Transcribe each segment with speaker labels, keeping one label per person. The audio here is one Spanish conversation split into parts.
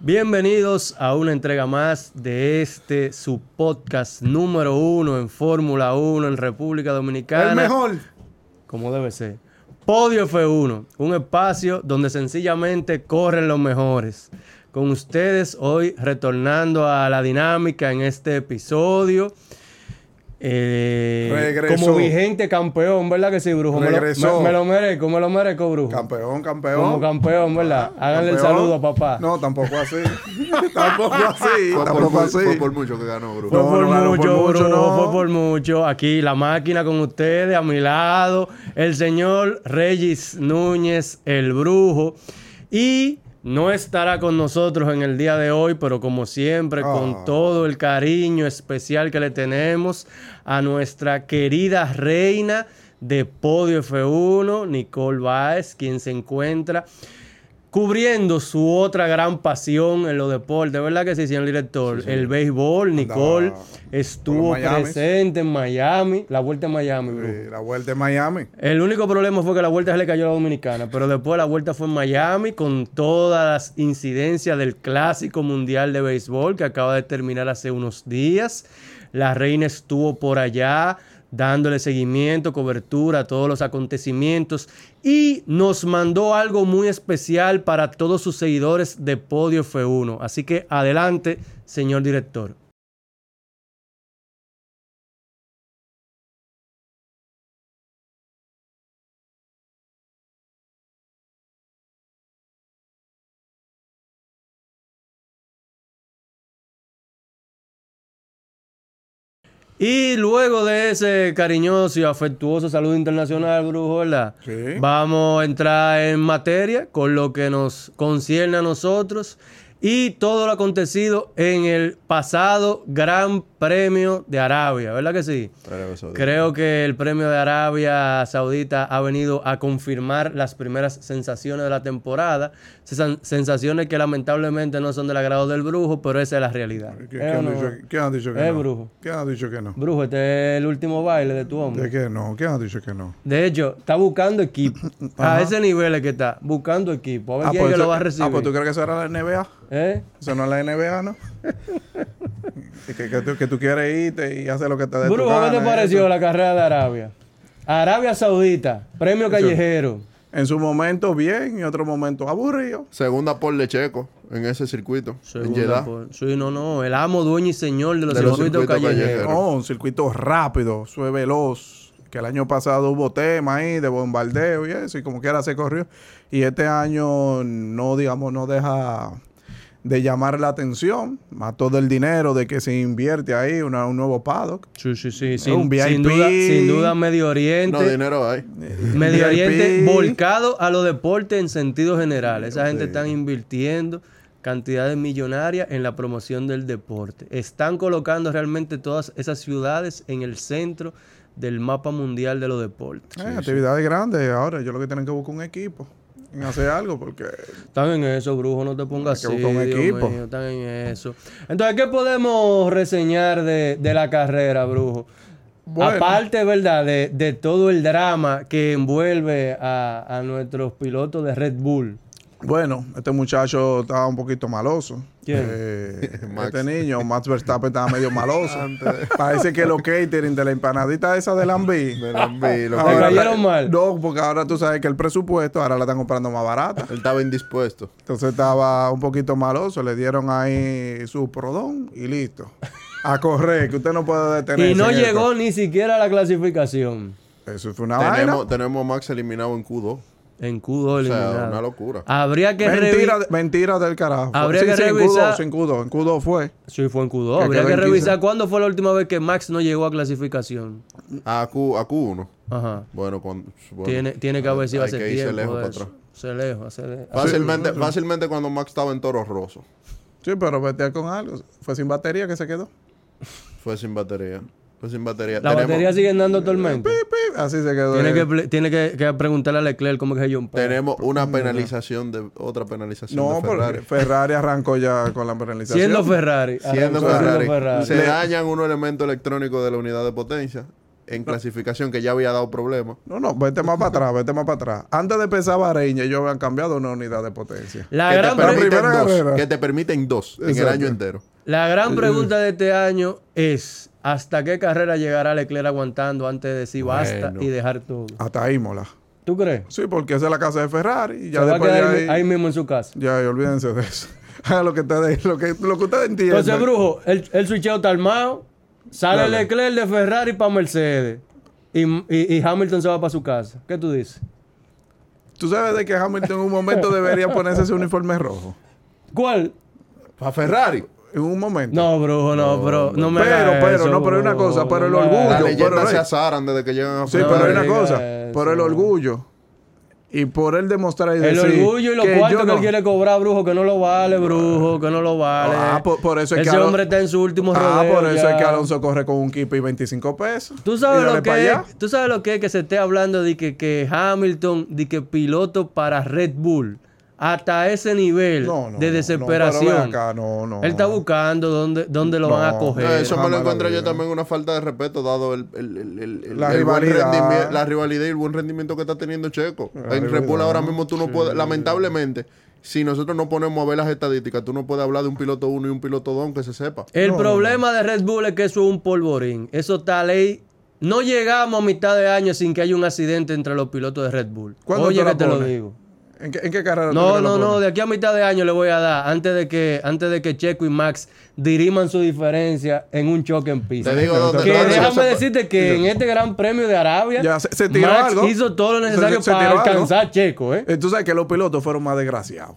Speaker 1: Bienvenidos a una entrega más de este, su podcast número uno en Fórmula 1 en República Dominicana.
Speaker 2: El mejor.
Speaker 1: Como debe ser. Podio F1, un espacio donde sencillamente corren los mejores. Con ustedes hoy retornando a la dinámica en este episodio. Eh,
Speaker 2: Regresó.
Speaker 1: Como vigente campeón, ¿verdad que sí, Brujo? Me lo,
Speaker 2: Regresó.
Speaker 1: me- me lo merezco, me lo merezco, Brujo.
Speaker 2: Campeón,
Speaker 1: Como
Speaker 2: campeón.
Speaker 1: campeón, ¿verdad? Háganle el
Speaker 2: Campeón.
Speaker 1: saludo, papá.
Speaker 2: No, tampoco así. tampoco así.
Speaker 3: Fue por,
Speaker 2: tampoco
Speaker 3: mu-
Speaker 2: así.
Speaker 3: fue por mucho que ganó,
Speaker 1: Fue
Speaker 3: Bruno.
Speaker 2: No,
Speaker 1: por
Speaker 2: no, no,
Speaker 1: mucho,
Speaker 2: por mucho,
Speaker 1: Brujo,
Speaker 2: no.
Speaker 1: fue por mucho. Aquí la máquina con ustedes, a mi lado, el señor Reyes Núñez, el brujo. Y no estará con nosotros en el día de hoy, pero como siempre, con
Speaker 2: Ah.
Speaker 1: todo el cariño especial que le tenemos a nuestra querida reina de Podio F1, Nicole Báez, quien se encuentra cubriendo su otra gran pasión en los deportes, ¿verdad que sí, señor director? El béisbol, Nicole
Speaker 2: Andaba
Speaker 1: estuvo
Speaker 2: por los Miamis.
Speaker 1: presente en Miami, la vuelta en Miami, bro.
Speaker 2: Sí, la vuelta en Miami.
Speaker 1: El único problema fue que la vuelta se le cayó a la dominicana, pero después la vuelta fue en Miami con todas las incidencias del clásico mundial de béisbol que acaba de terminar hace unos días. La reina estuvo por allá dándole seguimiento, cobertura a todos los acontecimientos y nos mandó algo muy especial para todos sus seguidores de Podio F1. Así que adelante, señor director. Y luego de ese cariñoso y afectuoso saludo internacional, brujo, ¿verdad?
Speaker 2: Sí.
Speaker 1: Vamos a entrar en materia con lo que nos concierne a nosotros y todo lo acontecido en el pasado Gran Premio de Arabia, ¿verdad que sí? Creo que el premio de Arabia Saudita ha venido a confirmar las primeras sensaciones de la temporada, Sesan- sensaciones que lamentablemente no son del agrado del brujo, pero esa es la realidad.
Speaker 2: ¿Qué-
Speaker 1: ¿Eh
Speaker 2: ¿Quién,
Speaker 1: o
Speaker 2: ha
Speaker 1: no?
Speaker 2: dicho, que- quién ha dicho que
Speaker 1: Eh,
Speaker 2: no?
Speaker 1: brujo.
Speaker 2: ¿Quién ha dicho que no?
Speaker 1: Brujo, este es el último baile de tu hombre.
Speaker 2: ¿De qué no? ¿Quién ha dicho que no?
Speaker 1: De hecho, está buscando equipo. A ese nivel es que está, buscando equipo. A ver quién es que
Speaker 2: tú-
Speaker 1: lo va a
Speaker 2: ah, pues, tú
Speaker 1: recibir.
Speaker 2: crees que eso era la NBA.
Speaker 1: ¿Eh?
Speaker 2: Eso no es la NBA, ¿no? Y que, que tú, que tú quieres irte y hacer lo que te dé tu
Speaker 1: Brujo, ¿qué
Speaker 2: gana
Speaker 1: te
Speaker 2: y
Speaker 1: pareció la carrera de Arabia? Arabia Saudita, premio callejero.
Speaker 2: eso. En su momento bien y en otro momento aburrido.
Speaker 3: Segunda por Lecheco en ese circuito. en Jeddah.
Speaker 1: pues. Sí, no, no. El amo, dueño y señor de los
Speaker 3: De los
Speaker 1: circuitos
Speaker 3: circuitos
Speaker 1: callejeros.
Speaker 3: callejeros. Pero-
Speaker 2: No, un circuito rápido, sube veloz. Que el año pasado hubo tema ahí de bombardeo y eso, y como quiera se corrió. Y este año no, digamos, no deja de llamar la atención, más todo el dinero de que se invierte ahí, una- un nuevo paddock.
Speaker 1: Sí, sí, sí. Sin,
Speaker 2: Un VIP.
Speaker 1: sin duda, sin duda, Medio Oriente.
Speaker 3: No, dinero hay.
Speaker 2: Eh.
Speaker 1: Medio
Speaker 2: VIP.
Speaker 1: Oriente volcado a los deportes en sentido general. Esa gente está invirtiendo cantidades millonarias en la promoción del deporte. Están colocando realmente todas esas ciudades en el centro del mapa mundial de los deportes.
Speaker 2: Eh, actividades grandes. Ahora, yo lo que tienen que buscar un equipo, en hacer algo, porque
Speaker 1: Están en eso, brujo, no te pongas
Speaker 2: Hay
Speaker 1: así.
Speaker 2: que buscar un
Speaker 1: Dios
Speaker 2: equipo.
Speaker 1: mío, están en eso. Entonces, ¿qué podemos reseñar de, de la carrera, brujo?
Speaker 2: Bueno.
Speaker 1: Aparte, ¿verdad? De, de todo el drama que envuelve a, a nuestros pilotos de Red Bull.
Speaker 2: Bueno, este muchacho estaba un poquito maloso.
Speaker 1: ¿Quién?
Speaker 2: Eh,
Speaker 3: Max.
Speaker 2: Este niño, Max Verstappen, estaba medio maloso. Parece que los catering de la empanadita esa de Lambí.
Speaker 3: Me la envié, lo
Speaker 1: Le
Speaker 3: que-
Speaker 1: cayeron mal.
Speaker 2: No, porque ahora tú sabes que el presupuesto ahora la están comprando más barata.
Speaker 3: Él estaba indispuesto.
Speaker 2: Entonces estaba un poquito maloso. Le dieron ahí su prodón y listo. A correr, que usted no puede detener.
Speaker 1: Y no llegó ni siquiera a la clasificación.
Speaker 2: Eso fue una vaina.
Speaker 3: Tenemos, tenemos a Max eliminado en Q2.
Speaker 1: En Q2
Speaker 3: O sea,
Speaker 1: eliminado.
Speaker 3: una locura.
Speaker 1: Habría que
Speaker 2: Mentira,
Speaker 1: revisar.
Speaker 2: mentira del carajo.
Speaker 1: Habría
Speaker 2: Sí,
Speaker 1: que
Speaker 2: sí, en
Speaker 1: revisar-
Speaker 2: Q2, sí, en Q2, en Q2 fue.
Speaker 1: Sí, fue en Q2.
Speaker 2: Que
Speaker 1: Habría
Speaker 2: quedó
Speaker 1: que
Speaker 2: en
Speaker 1: revisar
Speaker 2: 15.
Speaker 1: cuándo fue la última vez que Max no llegó a clasificación.
Speaker 3: A, Q, a Q1.
Speaker 1: Ajá.
Speaker 3: Bueno, cuando, bueno,
Speaker 1: tiene, tiene que haber sido
Speaker 3: hay
Speaker 1: hace
Speaker 3: que irse
Speaker 1: tiempo.
Speaker 3: lejos
Speaker 1: de
Speaker 3: para
Speaker 1: eso.
Speaker 3: atrás.
Speaker 1: Se lejos, hace le-
Speaker 3: Fácilmente, fácilmente cuando Max estaba en Toro Rosso.
Speaker 2: Sí, pero vete con algo. Fue sin batería que se quedó.
Speaker 3: Fue sin batería. Fue sin batería.
Speaker 1: La
Speaker 3: Tenemos- pues, eh.
Speaker 1: batería sigue andando tormento.
Speaker 2: Pip, pip, Así se quedó.
Speaker 1: Tiene
Speaker 2: él.
Speaker 1: que, ple- tiene que, que preguntarle a Leclerc cómo que se jumpa.
Speaker 3: Tenemos una penalización de otra penalización
Speaker 2: No,
Speaker 3: de Ferrari.
Speaker 2: porque Ferrari arrancó ya con la penalización.
Speaker 1: Siendo Ferrari.
Speaker 3: Siendo
Speaker 1: arrancó
Speaker 3: Ferrari,
Speaker 1: Ferrari.
Speaker 3: se dañan un elemento electrónico de la unidad de potencia en clasificación que ya había dado problemas.
Speaker 2: No, no, vete más para atrás, vete más para atrás. Antes de empezar Bahrein, ya ellos habían cambiado una unidad de potencia.
Speaker 1: La
Speaker 3: que,
Speaker 1: gran,
Speaker 3: te
Speaker 2: La
Speaker 1: pre-
Speaker 2: primera
Speaker 3: permiten dos,
Speaker 2: carrera.
Speaker 3: que te permiten dos en el
Speaker 2: Exacto.
Speaker 3: año entero.
Speaker 1: la
Speaker 2: Eh,
Speaker 1: gran pregunta de este año es: ¿hasta qué carrera llegará Leclerc aguantando antes de decir basta
Speaker 3: Bueno.
Speaker 1: y dejar todo?
Speaker 2: Hasta ahí mola.
Speaker 1: ¿Tú crees?
Speaker 2: Sí, porque esa es la casa de Ferrari y
Speaker 1: Se
Speaker 2: ya
Speaker 1: va a
Speaker 2: después
Speaker 1: quedar
Speaker 2: ya
Speaker 1: ahí,
Speaker 2: ahí,
Speaker 1: ahí mismo en su casa.
Speaker 2: ya, y olvídense de eso. Hagan lo que ustedes, lo que, lo que ustedes entiendan.
Speaker 1: Entonces, brujo, el, el switcheo está armado. Sale
Speaker 2: Dale.
Speaker 1: Leclerc de Ferrari para Mercedes. Y, y- y Hamilton se va para su casa. ¿Qué tú dices?
Speaker 2: Tú sabes de que Hamilton en un momento debería ponerse ese uniforme rojo.
Speaker 1: ¿Cuál?
Speaker 3: Para Ferrari.
Speaker 2: En un momento.
Speaker 1: No, brujo, no, bro. No me
Speaker 2: Pero,
Speaker 1: hagas
Speaker 2: pero,
Speaker 1: eso,
Speaker 2: no, pero hay una
Speaker 1: brujo,
Speaker 2: cosa, pero el
Speaker 1: me hagas
Speaker 2: orgullo,
Speaker 3: La
Speaker 1: eso.
Speaker 2: pero
Speaker 3: leyenda
Speaker 2: no
Speaker 3: se
Speaker 2: es.
Speaker 3: azaran desde que llegan a
Speaker 2: Sí,
Speaker 1: No
Speaker 2: pero hay
Speaker 1: me
Speaker 2: una
Speaker 1: diga
Speaker 2: cosa.
Speaker 1: eso.
Speaker 2: Por el orgullo. Y por él demostrar y
Speaker 1: El
Speaker 2: decir
Speaker 1: orgullo y los
Speaker 2: Eh, que yo
Speaker 1: cuartos que
Speaker 2: no-
Speaker 1: él quiere cobrar, brujo, que no lo vale, brujo, que no lo vale.
Speaker 2: Ah, por- por eso es
Speaker 1: Ese
Speaker 2: que Alon-
Speaker 1: hombre está en su último rodeo.
Speaker 2: Ah, por eso
Speaker 1: ya.
Speaker 2: es que Alonso corre con un kipe y 25 pesos.
Speaker 1: ¿Tú
Speaker 2: Y
Speaker 1: sabes,
Speaker 2: dale
Speaker 1: lo
Speaker 2: pa'
Speaker 1: que
Speaker 2: allá.
Speaker 1: es, ¿Tú sabes lo que es que se esté hablando de que, que Hamilton, de que piloto para Red Bull? Hasta ese nivel
Speaker 2: No, no,
Speaker 1: de
Speaker 2: no,
Speaker 1: desesperación.
Speaker 2: No, pero ven acá, no, no.
Speaker 1: Él está buscando dónde, dónde lo
Speaker 2: No, Eh,
Speaker 1: van a coger.
Speaker 3: No, Eh, eso me lo
Speaker 2: Jamás
Speaker 3: encuentro
Speaker 2: la
Speaker 3: yo
Speaker 2: vi.
Speaker 3: también una falta de respeto, dado el, el- el- el- el-
Speaker 2: La
Speaker 3: el buen
Speaker 2: rivalidad.
Speaker 3: rendimi- la rivalidad y el buen rendimiento que está teniendo Checo. en Red Bull
Speaker 2: rivalidad.
Speaker 3: ahora mismo tú no puedes, lamentablemente, si nosotros no ponemos a ver las estadísticas, tú no puedes hablar de un piloto 1 y un piloto 2, aunque se sepa.
Speaker 1: El
Speaker 2: No,
Speaker 1: problema de Red Bull es que eso es un polvorín. Eso está ley. No llegamos a mitad de año sin que haya un accidente entre los pilotos de Red Bull.
Speaker 2: ¿Cuándo
Speaker 1: Oye,
Speaker 2: tú la
Speaker 1: que te lo
Speaker 2: pones?
Speaker 1: digo.
Speaker 2: ¿En qué, en qué carrera? tú
Speaker 1: No,
Speaker 2: crees que
Speaker 1: no,
Speaker 2: lo
Speaker 1: no,
Speaker 2: pone?
Speaker 1: de aquí a mitad de año le voy a dar, antes de que, antes de que Checo y Max diriman su diferencia en un choque en pista.
Speaker 3: Te digo dónde
Speaker 1: Que
Speaker 3: no, no,
Speaker 1: déjame
Speaker 3: no se-
Speaker 1: decirte que en este Gran Premio de Arabia,
Speaker 2: Ya, se- se tiró
Speaker 1: Max
Speaker 2: algo.
Speaker 1: hizo todo lo
Speaker 2: Se-
Speaker 1: necesario
Speaker 2: se
Speaker 1: para
Speaker 2: tiró algo.
Speaker 1: alcanzar a Checo, ¿eh?
Speaker 2: Eh, Tú sabes que los pilotos fueron más desgraciados.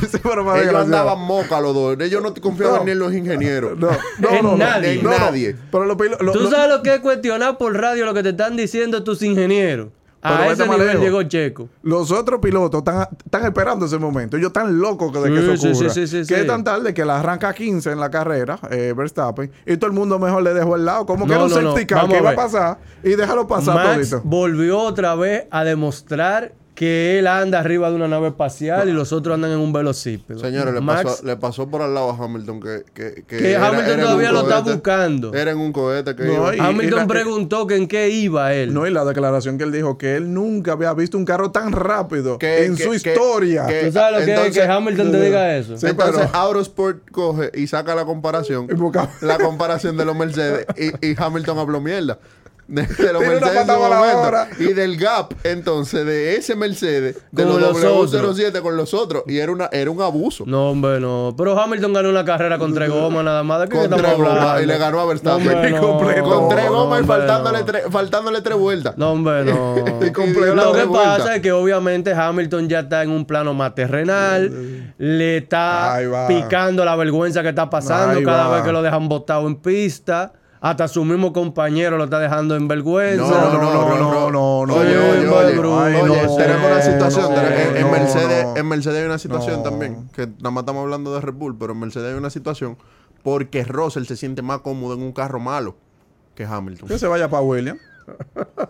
Speaker 2: Sí, fueron más
Speaker 3: Ellos
Speaker 2: desgraciados.
Speaker 3: andaban moca los dos. Ellos no te confiaban
Speaker 2: No.
Speaker 3: ni en los ingenieros.
Speaker 2: No, no,
Speaker 1: En
Speaker 2: no, no.
Speaker 1: nadie.
Speaker 2: No, no.
Speaker 3: Nadie.
Speaker 2: Pero los pilotos.
Speaker 1: Tú sabes lo que es cuestionar por radio lo que te están diciendo tus ingenieros.
Speaker 2: Pero
Speaker 1: A
Speaker 2: vete
Speaker 1: ese
Speaker 2: más
Speaker 1: nivel
Speaker 2: lejos.
Speaker 1: llegó Checo.
Speaker 2: Los otros pilotos están, están esperando ese momento. Ellos están locos de que
Speaker 1: Sí,
Speaker 2: eso
Speaker 1: sí,
Speaker 2: ocurra.
Speaker 1: sí, sí, sí,
Speaker 2: que
Speaker 1: sí.
Speaker 2: es tan tarde que la arranca 15 en la carrera, eh, Verstappen, y todo el mundo mejor le dejó al lado. Como
Speaker 1: No,
Speaker 2: que era un
Speaker 1: no, no.
Speaker 2: safety car
Speaker 1: Vamos
Speaker 2: que
Speaker 1: a
Speaker 2: iba a
Speaker 1: ver.
Speaker 2: pasar y déjalo pasar
Speaker 1: Max
Speaker 2: todito.
Speaker 1: volvió otra vez a demostrar que él anda arriba de una nave espacial y los otros andan en un velocípedo.
Speaker 3: Señores, le
Speaker 1: Max,
Speaker 3: pasó, le pasó por al lado a Hamilton que, que, que
Speaker 1: Que
Speaker 3: era-
Speaker 1: Hamilton
Speaker 3: era en un
Speaker 1: todavía lo está
Speaker 3: cohete.
Speaker 1: buscando.
Speaker 3: Era en un cohete que
Speaker 2: No,
Speaker 3: iba.
Speaker 2: y-
Speaker 1: Hamilton
Speaker 2: la-
Speaker 1: preguntó que en qué iba él.
Speaker 2: No, y la declaración que él dijo que él nunca había visto un carro tan rápido
Speaker 3: Que-
Speaker 2: en
Speaker 3: que-
Speaker 2: su
Speaker 3: que-
Speaker 2: historia.
Speaker 3: que-
Speaker 1: ¿Tú sabes lo que es
Speaker 3: Entonces-
Speaker 1: que Hamilton te diga eso?
Speaker 2: Sí,
Speaker 3: Entonces,
Speaker 2: pero-
Speaker 3: Autosport coge y saca la comparación.
Speaker 2: Y busca-
Speaker 3: la comparación de los Mercedes y, y Hamilton habló mierda. De, de los
Speaker 2: Tiene una
Speaker 3: Mercedes en su
Speaker 2: patada voladora.
Speaker 3: momento. y del gap, entonces, de ese Mercedes, de
Speaker 1: Con
Speaker 3: los,
Speaker 1: los
Speaker 3: W07 con los otros. Y era, una, era un abuso.
Speaker 1: No, hombre, no. Pero Hamilton ganó una carrera con tres gomas nada más. ¿De qué
Speaker 3: Con
Speaker 1: estamos
Speaker 3: tres gomas,
Speaker 1: hablando?
Speaker 3: y le ganó a Verstappen.
Speaker 1: No, hombre,
Speaker 2: Y
Speaker 1: no,
Speaker 2: completo.
Speaker 3: Con tres
Speaker 1: no,
Speaker 3: gomas y
Speaker 1: hombre,
Speaker 3: faltándole,
Speaker 1: no.
Speaker 3: tres- faltándole tres vueltas.
Speaker 1: No, hombre, no.
Speaker 3: Y completo
Speaker 1: Lo
Speaker 3: la
Speaker 1: que
Speaker 3: vuelta.
Speaker 1: pasa es que obviamente Hamilton ya está en un plano más terrenal. le está
Speaker 2: Ahí va.
Speaker 1: picando la vergüenza que está pasando
Speaker 2: Ahí
Speaker 1: cada
Speaker 2: va.
Speaker 1: vez que lo dejan botado en pista. Hasta su mismo compañero lo está dejando en vergüenza.
Speaker 2: No, no, no,
Speaker 3: Ro-
Speaker 2: no, no, no.
Speaker 3: Oye, oye,
Speaker 1: Ay,
Speaker 3: oye.
Speaker 1: Bruno,
Speaker 3: Oye,
Speaker 1: no,
Speaker 3: tenemos una
Speaker 1: no,
Speaker 3: situación. tenemos- en, en
Speaker 1: no,
Speaker 3: Mercedes,
Speaker 2: no.
Speaker 3: en Mercedes hay una situación
Speaker 2: No.
Speaker 3: también. Que nada más estamos hablando de Red Bull, pero en Mercedes hay una situación porque Russell se siente más cómodo en un carro malo
Speaker 2: Que
Speaker 3: que Hamilton.
Speaker 2: se vaya para William.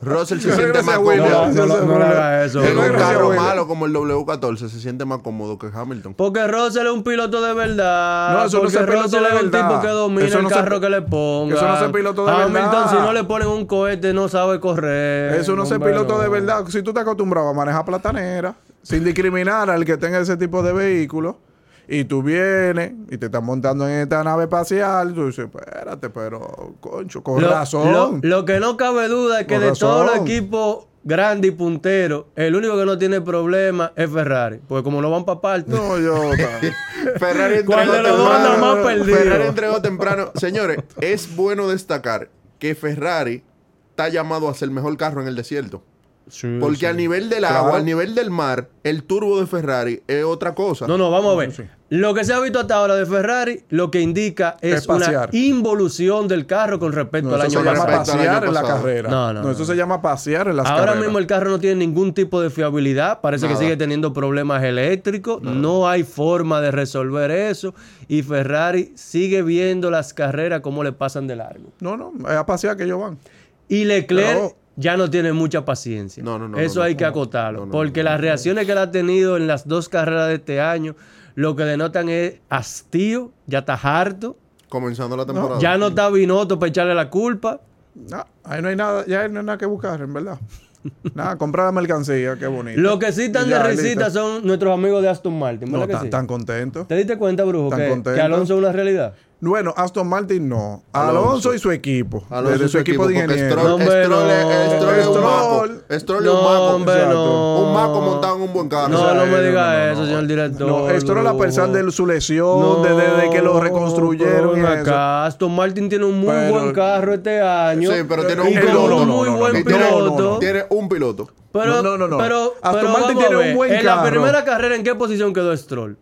Speaker 3: Russell se
Speaker 2: No
Speaker 3: siente
Speaker 2: regrese
Speaker 3: más
Speaker 2: a
Speaker 3: cómodo.
Speaker 2: Williams.
Speaker 1: No, no, no, no le hagas eso,
Speaker 3: En
Speaker 1: no,
Speaker 3: un
Speaker 1: no.
Speaker 3: carro
Speaker 2: Williams.
Speaker 3: malo como el W14 se siente más cómodo que Hamilton.
Speaker 1: Porque Russell es un piloto de verdad.
Speaker 2: No, eso no
Speaker 1: porque
Speaker 2: se piloto
Speaker 1: Russell
Speaker 2: de
Speaker 1: es un
Speaker 2: verdad.
Speaker 1: tipo que domina
Speaker 2: Eso
Speaker 1: el
Speaker 2: no se-
Speaker 1: carro que le ponga.
Speaker 2: eso no se piloto de
Speaker 1: Hamilton,
Speaker 2: verdad.
Speaker 1: si no le ponen un cohete, no sabe correr.
Speaker 2: Eso no se
Speaker 1: hombre,
Speaker 2: piloto de
Speaker 1: no.
Speaker 2: verdad. Si tú te acostumbrado a manejar platanera, sin discriminar al que tenga ese tipo de vehículo, y tú vienes y te estás montando en esta nave espacial, tú dices, espérate, pero, concho, con
Speaker 1: Lo-
Speaker 2: razón.
Speaker 1: Lo, lo que no cabe duda es que
Speaker 2: Con
Speaker 1: de todos los
Speaker 2: razón.
Speaker 1: equipos grandes y punteros, el único que no tiene problema es Ferrari. Porque como no van para parte,
Speaker 2: No, yo.
Speaker 3: Ferrari
Speaker 1: ¿Cuál
Speaker 3: entregó
Speaker 1: de los dos anda
Speaker 3: temprano.
Speaker 1: más perdido?
Speaker 3: Ferrari entregó temprano. Señores, es bueno destacar que Ferrari está llamado a ser el mejor carro en el desierto. Porque al nivel del
Speaker 2: Mm, Claro.
Speaker 3: agua, al nivel del mar, el turbo de Ferrari es otra cosa.
Speaker 1: No, no, vamos a ver. Lo que se ha visto hasta ahora de Ferrari, lo que indica es una
Speaker 2: Espaciar.
Speaker 1: involución del carro con respecto
Speaker 2: No,
Speaker 1: al año
Speaker 2: eso se llama
Speaker 1: pasado.
Speaker 3: respecto al año
Speaker 2: pasear en la
Speaker 3: pasado.
Speaker 2: carrera.
Speaker 1: No, no,
Speaker 2: eso
Speaker 1: no.
Speaker 2: se llama pasear en las
Speaker 1: Ahora
Speaker 2: carreras.
Speaker 1: mismo el carro no tiene ningún tipo de fiabilidad, parece
Speaker 3: Nada.
Speaker 1: que sigue teniendo problemas eléctricos, no. hay forma de resolver eso y Ferrari sigue viendo las carreras como le pasan de largo.
Speaker 2: No, no, es a pasear que ellos van.
Speaker 1: Y Leclerc
Speaker 2: Pero-
Speaker 1: ya no tiene mucha paciencia.
Speaker 3: No, no, no,
Speaker 1: Eso
Speaker 3: no, no.
Speaker 1: hay que acotarlo,
Speaker 3: No, no,
Speaker 1: porque las reacciones que él ha tenido en las dos carreras de este año, lo que denotan es hastío, ya está harto,
Speaker 3: Comenzando la temporada.
Speaker 1: ya no está Binotto para echarle la culpa.
Speaker 2: No, Ah, ahí no hay nada, ya no hay nada que buscar, en verdad. Nada, comprar la mercancía, qué bonito.
Speaker 1: Lo que sí están de
Speaker 2: Ya,
Speaker 1: risita
Speaker 2: listo.
Speaker 1: son nuestros amigos de Aston Martin,
Speaker 2: No,
Speaker 1: ¿verdad que
Speaker 2: tan,
Speaker 1: sí?
Speaker 2: tan contento.
Speaker 1: ¿Te diste cuenta, Brujo,
Speaker 2: tan
Speaker 1: que,
Speaker 2: contento.
Speaker 1: que Alonso es una realidad?
Speaker 2: Bueno, Aston Martin no.
Speaker 3: Alonso.
Speaker 2: Alonso, y su equipo.
Speaker 3: Alonso
Speaker 2: desde
Speaker 3: y
Speaker 2: su equipo, de
Speaker 3: porque
Speaker 2: ingenieros.
Speaker 3: Stroll-
Speaker 1: No, hombre,
Speaker 3: Stroll es-
Speaker 1: no.
Speaker 3: Stroll es un maco.
Speaker 2: Stroll.
Speaker 3: Stroll es
Speaker 1: No,
Speaker 3: un maco.
Speaker 1: hombre,
Speaker 3: exacto.
Speaker 1: no.
Speaker 3: Un maco montado en un buen
Speaker 1: No,
Speaker 3: carro.
Speaker 1: no,
Speaker 2: no,
Speaker 1: me
Speaker 2: no,
Speaker 1: diga
Speaker 3: no, no,
Speaker 1: eso,
Speaker 3: no.
Speaker 1: señor director.
Speaker 2: No, Stroll a pesar
Speaker 1: Brujo.
Speaker 2: de su lesión,
Speaker 1: No,
Speaker 2: de- desde que lo
Speaker 1: pero
Speaker 2: reconstruyeron. y
Speaker 1: ven
Speaker 2: eso.
Speaker 1: acá, Aston Martin tiene un muy
Speaker 2: Pero-
Speaker 1: buen carro este año.
Speaker 3: Sí, pero tiene
Speaker 1: y
Speaker 3: un
Speaker 1: con
Speaker 3: piloto.
Speaker 1: un
Speaker 3: No,
Speaker 1: muy
Speaker 2: no, no,
Speaker 1: buen
Speaker 2: no,
Speaker 1: piloto.
Speaker 3: tiene,
Speaker 2: no, no, no.
Speaker 3: tiene un piloto.
Speaker 1: Pero,
Speaker 2: No, no, no, no.
Speaker 1: pero,
Speaker 2: Aston
Speaker 1: pero
Speaker 2: Martin
Speaker 1: vamos a
Speaker 2: tiene un
Speaker 1: ver,
Speaker 2: buen
Speaker 1: En la
Speaker 2: carro.
Speaker 1: primera carrera, ¿en qué posición quedó Stroll?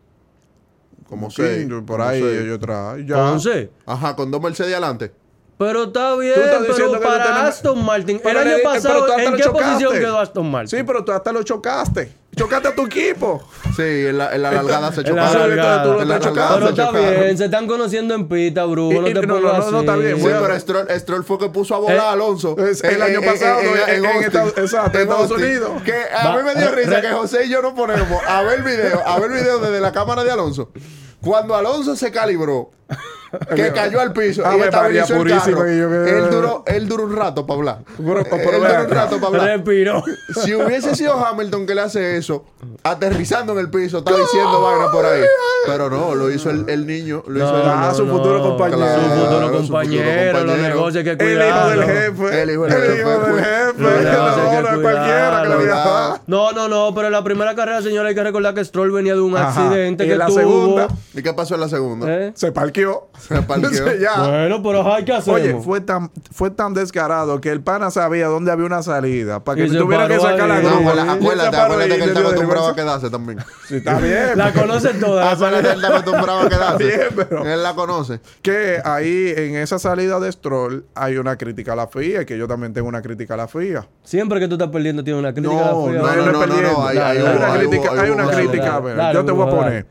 Speaker 3: Como
Speaker 2: Sí,
Speaker 3: seis.
Speaker 2: por
Speaker 3: como
Speaker 2: ahí
Speaker 3: seis.
Speaker 2: yo trae. Ya.
Speaker 1: Entonces,
Speaker 3: Ajá, con dos Mercedes adelante.
Speaker 1: pero está bien,
Speaker 2: estás diciendo
Speaker 1: pero
Speaker 2: que no
Speaker 1: para
Speaker 2: tenemos-
Speaker 1: Aston Martin. El
Speaker 2: Pero
Speaker 1: año
Speaker 2: le- pero tú
Speaker 1: pasado,
Speaker 2: hasta
Speaker 1: ¿en
Speaker 2: lo
Speaker 1: qué posición
Speaker 2: chocaste.
Speaker 1: quedó Aston Martin?
Speaker 2: Sí, pero tú hasta lo chocaste. Chocaste a tu equipo.
Speaker 3: Sí, en la, en la largada se
Speaker 1: En la
Speaker 3: chocaron.
Speaker 1: largada.
Speaker 2: Tú lo
Speaker 3: En la
Speaker 2: estás
Speaker 3: largada
Speaker 2: chocando,
Speaker 1: Pero
Speaker 3: se
Speaker 1: está
Speaker 3: chocaron.
Speaker 1: bien, se están conociendo en pita, Brujo.
Speaker 2: Y-
Speaker 1: no
Speaker 2: y-
Speaker 1: te
Speaker 2: no,
Speaker 1: pongas
Speaker 2: no, no,
Speaker 1: así.
Speaker 2: está bien,
Speaker 3: Sí,
Speaker 2: Bueno. eh,
Speaker 3: pero Stroll, Stroll fue que puso a volar
Speaker 1: Eh,
Speaker 3: a Alonso.
Speaker 2: es- el año pasado, en- en
Speaker 3: Austin.
Speaker 2: Estados- exacto, en Estados
Speaker 3: Austin.
Speaker 2: Unidos. eh,
Speaker 3: Que a
Speaker 1: Va-
Speaker 3: mí me dio
Speaker 1: re- re-
Speaker 3: risa que José y yo nos ponemos a ver video, a ver video desde la cámara de Alonso. Cuando Alonso se calibró, que cayó al piso
Speaker 2: Ah,
Speaker 3: y
Speaker 2: me
Speaker 3: estabilizó
Speaker 2: paría
Speaker 3: el
Speaker 2: purísimo
Speaker 3: carro,
Speaker 2: que yo que-
Speaker 3: él duró, él duró un rato para hablar.
Speaker 2: Pero- pero
Speaker 3: él
Speaker 2: ven
Speaker 3: duró un
Speaker 2: acá.
Speaker 3: rato para hablar.
Speaker 1: Respiró.
Speaker 3: Si hubiese sido Hamilton que le hace eso, aterrizando en el piso, está diciendo vaina por ahí. Pero no, lo hizo el, el niño. Lo hizo el
Speaker 2: Ah,
Speaker 3: niño.
Speaker 2: su futuro compañero.
Speaker 1: Su futuro
Speaker 3: Claro, su futuro
Speaker 1: compañero, los
Speaker 3: compañero.
Speaker 1: negocios hay que
Speaker 2: El hijo
Speaker 1: cuidarlo.
Speaker 2: del jefe.
Speaker 3: El hijo del jefe.
Speaker 2: del
Speaker 1: Lo
Speaker 2: jefe.
Speaker 1: que
Speaker 2: No,
Speaker 1: hace es que
Speaker 2: no, cualquiera que le
Speaker 1: cuidarlo.
Speaker 2: diga.
Speaker 1: No, no, no, pero en la primera carrera, señora, hay que recordar que Stroll venía de un
Speaker 2: Ajá.
Speaker 1: accidente
Speaker 2: Y
Speaker 1: que
Speaker 2: en la
Speaker 1: tuvo.
Speaker 2: segunda,
Speaker 3: ¿Y qué pasó en la segunda?
Speaker 1: ¿Eh?
Speaker 2: Se parqueó.
Speaker 3: Se parqueó.
Speaker 2: Sí, ya.
Speaker 1: Bueno, pero ajá, ¿qué hacemos?
Speaker 2: Ah. Oye, fue tan, fue tan descarado que el pana sabía dónde había una salida. Para
Speaker 1: Y
Speaker 2: que
Speaker 1: se
Speaker 2: tuviera que
Speaker 1: paró
Speaker 2: sacar la
Speaker 1: ahí.
Speaker 3: No,
Speaker 1: abuela,
Speaker 2: grúa. Y
Speaker 3: acuérdate,
Speaker 2: él se
Speaker 3: acuérdate,
Speaker 2: paró
Speaker 3: acuérdate
Speaker 2: y
Speaker 3: que él
Speaker 2: le dio de
Speaker 3: está acostumbrado a
Speaker 2: reversa.
Speaker 3: quedarse también.
Speaker 2: Sí, está bien.
Speaker 1: La conocen
Speaker 2: Ah,
Speaker 1: todas.
Speaker 3: Acuérdate que él está acostumbrado a quedarse.
Speaker 2: Está bien, pero-
Speaker 3: Él la conoce.
Speaker 2: Que ahí en esa salida de Stroll hay una crítica a la FIA, que yo también tengo una crítica a la FIA.
Speaker 1: Siempre que tú estás perdiendo, tiene una crítica.
Speaker 2: No,
Speaker 1: fea.
Speaker 2: no,
Speaker 3: No,
Speaker 2: no, no,
Speaker 3: no, no, no, ahí-
Speaker 2: Hay
Speaker 1: ahí hubo-
Speaker 2: una
Speaker 1: ahí
Speaker 2: crítica,
Speaker 3: hubo-
Speaker 2: hay
Speaker 3: ahí
Speaker 2: una
Speaker 3: hubo-
Speaker 2: crítica,
Speaker 1: dale,
Speaker 2: mira,
Speaker 1: dale,
Speaker 2: yo te voy a
Speaker 1: Hugo, dale.
Speaker 2: poner.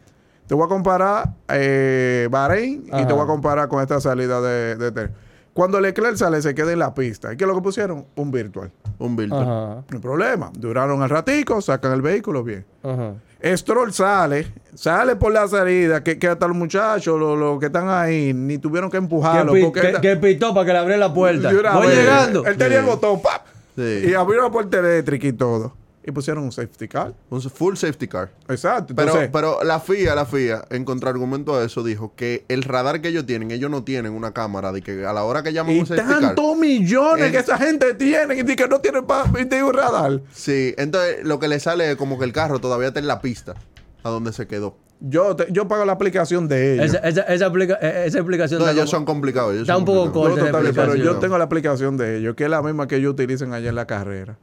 Speaker 2: Te voy a comparar eh, Bahrein y
Speaker 1: Ajá.
Speaker 2: te voy a comparar con esta salida de, de Ter. Cuando Leclerc sale, se queda en la pista. ¿Y qué es lo que pusieron? Un virtual.
Speaker 3: Un Vilton.
Speaker 1: Ajá,
Speaker 2: No hay problema. Duraron al ratico, sacan el vehículo bien.
Speaker 1: ajá.
Speaker 2: Stroll sale, sale por la salida, que, que hasta los muchachos, los, los que están ahí, ni tuvieron que
Speaker 1: Que,
Speaker 2: empujarlo.
Speaker 1: pi-
Speaker 2: Ah, porque
Speaker 1: que-
Speaker 2: esta-
Speaker 1: que pitó para que le abriera la puerta.
Speaker 2: de una
Speaker 1: Voy
Speaker 2: vez.
Speaker 1: llegando.
Speaker 2: Él tenía el botón, ¡pap!
Speaker 3: Sí.
Speaker 2: Y abrió la puerta eléctrica y todo. Y pusieron un safety car.
Speaker 3: Un full safety car.
Speaker 2: Exacto.
Speaker 3: Pero,
Speaker 2: Entonces,
Speaker 3: pero la FIA, la FIA, en contraargumento a eso, dijo que el radar que ellos tienen, ellos no tienen una cámara de que a la hora que llaman
Speaker 2: y
Speaker 3: un safety car.
Speaker 2: tantos millones
Speaker 3: Eh.
Speaker 2: que esa gente tiene y que no tienen para un radar.
Speaker 3: Sí, entonces lo que le sale es como que el carro todavía está en la pista, a donde se quedó.
Speaker 2: Yo, te- yo pago la aplicación de ellos.
Speaker 1: Esa, esa, esa, aplica- eh, esa explicación
Speaker 3: No,
Speaker 1: está
Speaker 3: ellos
Speaker 1: como-
Speaker 3: son complicados. ellos
Speaker 1: está
Speaker 3: son
Speaker 1: un poco
Speaker 3: complicados.
Speaker 2: No,
Speaker 1: corta la
Speaker 2: total, pero
Speaker 1: aplicación.
Speaker 2: yo tengo la aplicación de ellos, que es la misma que ellos utilizan allá en la carrera.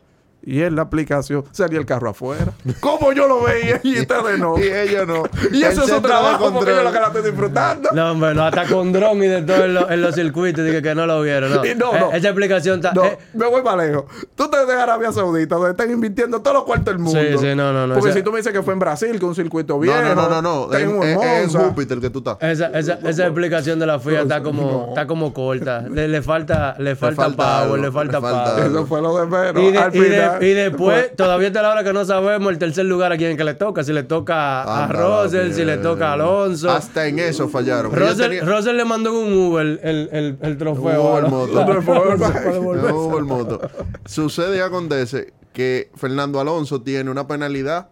Speaker 2: Y en la aplicación salía el carro afuera. Como yo lo veía y ustedes no.
Speaker 3: Y ellos no.
Speaker 2: Y eso es su trabajo porque yo lo que la
Speaker 3: la
Speaker 2: estoy disfrutando.
Speaker 1: No, hombre, no, hasta con dron y de todo en, lo- en los circuitos. Dije que no lo vieron. No.
Speaker 2: Y no,
Speaker 1: Eh,
Speaker 2: no.
Speaker 1: Esa explicación está.
Speaker 2: No,
Speaker 1: eh,
Speaker 2: me voy para lejos. Tú te de Arabia Saudita, donde están invirtiendo todos los cuartos del mundo.
Speaker 1: Sí, sí, no, no, no,
Speaker 2: Porque
Speaker 1: o sea-
Speaker 2: si tú me dices que fue en Brasil, que un circuito viejo.
Speaker 3: No, no, no, no, no.
Speaker 2: está en
Speaker 3: En, en- en
Speaker 2: Monza.
Speaker 3: Júpiter que tú estás.
Speaker 1: esa, esa, esa explicación de la FIA está como, está como corta. Le, le falta, le falta,
Speaker 3: falta
Speaker 1: power,
Speaker 3: algo,
Speaker 1: le
Speaker 3: le
Speaker 1: falta,
Speaker 3: falta
Speaker 1: power.
Speaker 3: algo.
Speaker 2: Eso fue lo de menos.
Speaker 1: Y, de-
Speaker 2: Al
Speaker 1: y de-
Speaker 2: final,
Speaker 1: y después, todavía está la hora que no sabemos el tercer lugar a quién que le toca. Si le toca a
Speaker 3: Anda,
Speaker 1: Russell,
Speaker 3: la
Speaker 1: si le
Speaker 3: mierda.
Speaker 1: toca a Alonso.
Speaker 3: Hasta en eso fallaron. Ellos
Speaker 1: Russell,
Speaker 3: tenían-
Speaker 1: Russell le mandó en un Uber el, el, el, el trofeo.
Speaker 3: Uber
Speaker 1: ahora.
Speaker 3: moto.
Speaker 1: Claro,
Speaker 2: Por favor,
Speaker 1: se puede
Speaker 2: bye.
Speaker 1: volver.
Speaker 3: No hubo el moto. Sucede y acontece que Fernando Alonso tiene una penalidad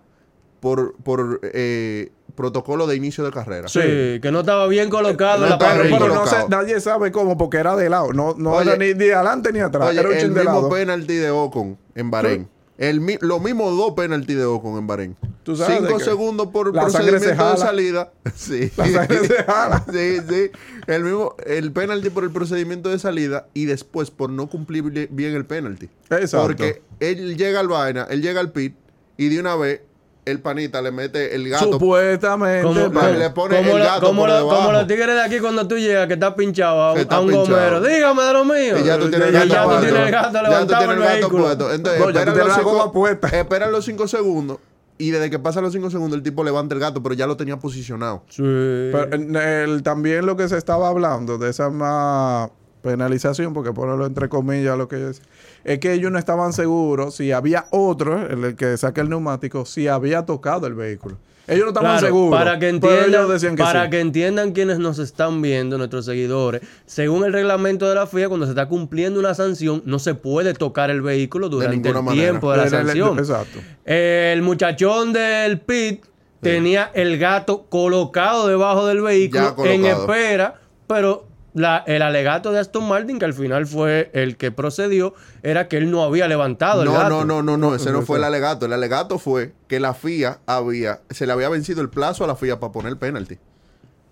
Speaker 3: por, por eh, protocolo de inicio de carrera.
Speaker 1: Sí, que no estaba bien colocado
Speaker 3: No
Speaker 1: en la
Speaker 3: estaba
Speaker 2: pero,
Speaker 3: bien
Speaker 1: parrilla.
Speaker 2: pero no
Speaker 3: colocado.
Speaker 2: sé, nadie sabe cómo, porque era de lado. No, no
Speaker 3: Oye,
Speaker 2: era ni de adelante ni atrás.
Speaker 3: Oye,
Speaker 2: era un
Speaker 3: el
Speaker 2: chin de
Speaker 3: mismo
Speaker 2: lado.
Speaker 3: penalti de Ocon en Bahrein. El, mi- lo mismo dos penalti de Ocon en Bahrein.
Speaker 2: Tú sabes
Speaker 3: Cinco
Speaker 2: de que
Speaker 3: segundos por
Speaker 2: la sangre se
Speaker 3: procedimiento de
Speaker 2: jala.
Speaker 3: salida. Sí.
Speaker 2: La sangre se jala.
Speaker 3: Sí, sí. El mismo, el penalti por el procedimiento de salida y después por no cumplir bi- bien el penalti.
Speaker 2: Exacto.
Speaker 3: Porque él llega al vaina, él llega al pit y de una vez el panita le mete el gato.
Speaker 2: Supuestamente.
Speaker 1: Como,
Speaker 2: pa-
Speaker 3: Pero le pone el
Speaker 1: lo-
Speaker 3: gato
Speaker 1: como
Speaker 3: por
Speaker 1: lo-
Speaker 3: debajo.
Speaker 1: como los tigres de aquí cuando tú llegas que estás pinchado a un,
Speaker 3: Que está
Speaker 1: a un
Speaker 3: pinchado.
Speaker 1: gomero. Dígame de lo mío.
Speaker 3: Y ya tú tienes
Speaker 1: Y
Speaker 3: el
Speaker 1: ya
Speaker 3: gato
Speaker 1: tú
Speaker 3: puesto.
Speaker 1: tienes el gato
Speaker 3: Ya tú
Speaker 1: levantado
Speaker 3: tienes
Speaker 1: en
Speaker 3: el
Speaker 1: el
Speaker 3: gato
Speaker 1: vehículo.
Speaker 3: puesto. Entonces,
Speaker 2: No, ya tú
Speaker 3: esperan
Speaker 2: tienes
Speaker 3: los
Speaker 2: la
Speaker 3: cinco-
Speaker 2: goma puesta.
Speaker 3: Esperan los 5 segundos y desde que pasan los 5 segundos el tipo levanta el gato, pero ya lo tenía posicionado.
Speaker 1: Sí.
Speaker 2: Pero en el- también lo que se estaba hablando de esa más penalización, porque ponerlo entre comillas, lo que yo decía, es que ellos no estaban seguros si había otro, el que saca el neumático, si había tocado el vehículo. Ellos no estaban
Speaker 1: Claro,
Speaker 2: seguros.
Speaker 1: Para que
Speaker 2: pero
Speaker 1: entiendan,
Speaker 2: ellos decían que
Speaker 1: para
Speaker 2: sí.
Speaker 1: que entiendan quienes nos están viendo, nuestros seguidores, según el reglamento de la FIA, cuando se está cumpliendo una sanción, no se puede tocar el vehículo durante el
Speaker 3: ninguna manera.
Speaker 1: tiempo de la
Speaker 2: Era el-
Speaker 1: sanción.
Speaker 2: Exacto.
Speaker 1: El muchachón del pit tenía el gato colocado debajo del vehículo
Speaker 3: Ya colocado.
Speaker 1: en espera, pero la- el alegato de Aston Martin, que al final fue el que procedió, era que él no había levantado el
Speaker 3: No,
Speaker 1: gato.
Speaker 3: no, no, no, no, ese no fue el alegato. El alegato fue que la FIA había, se le había vencido el plazo a la FIA para poner penalti.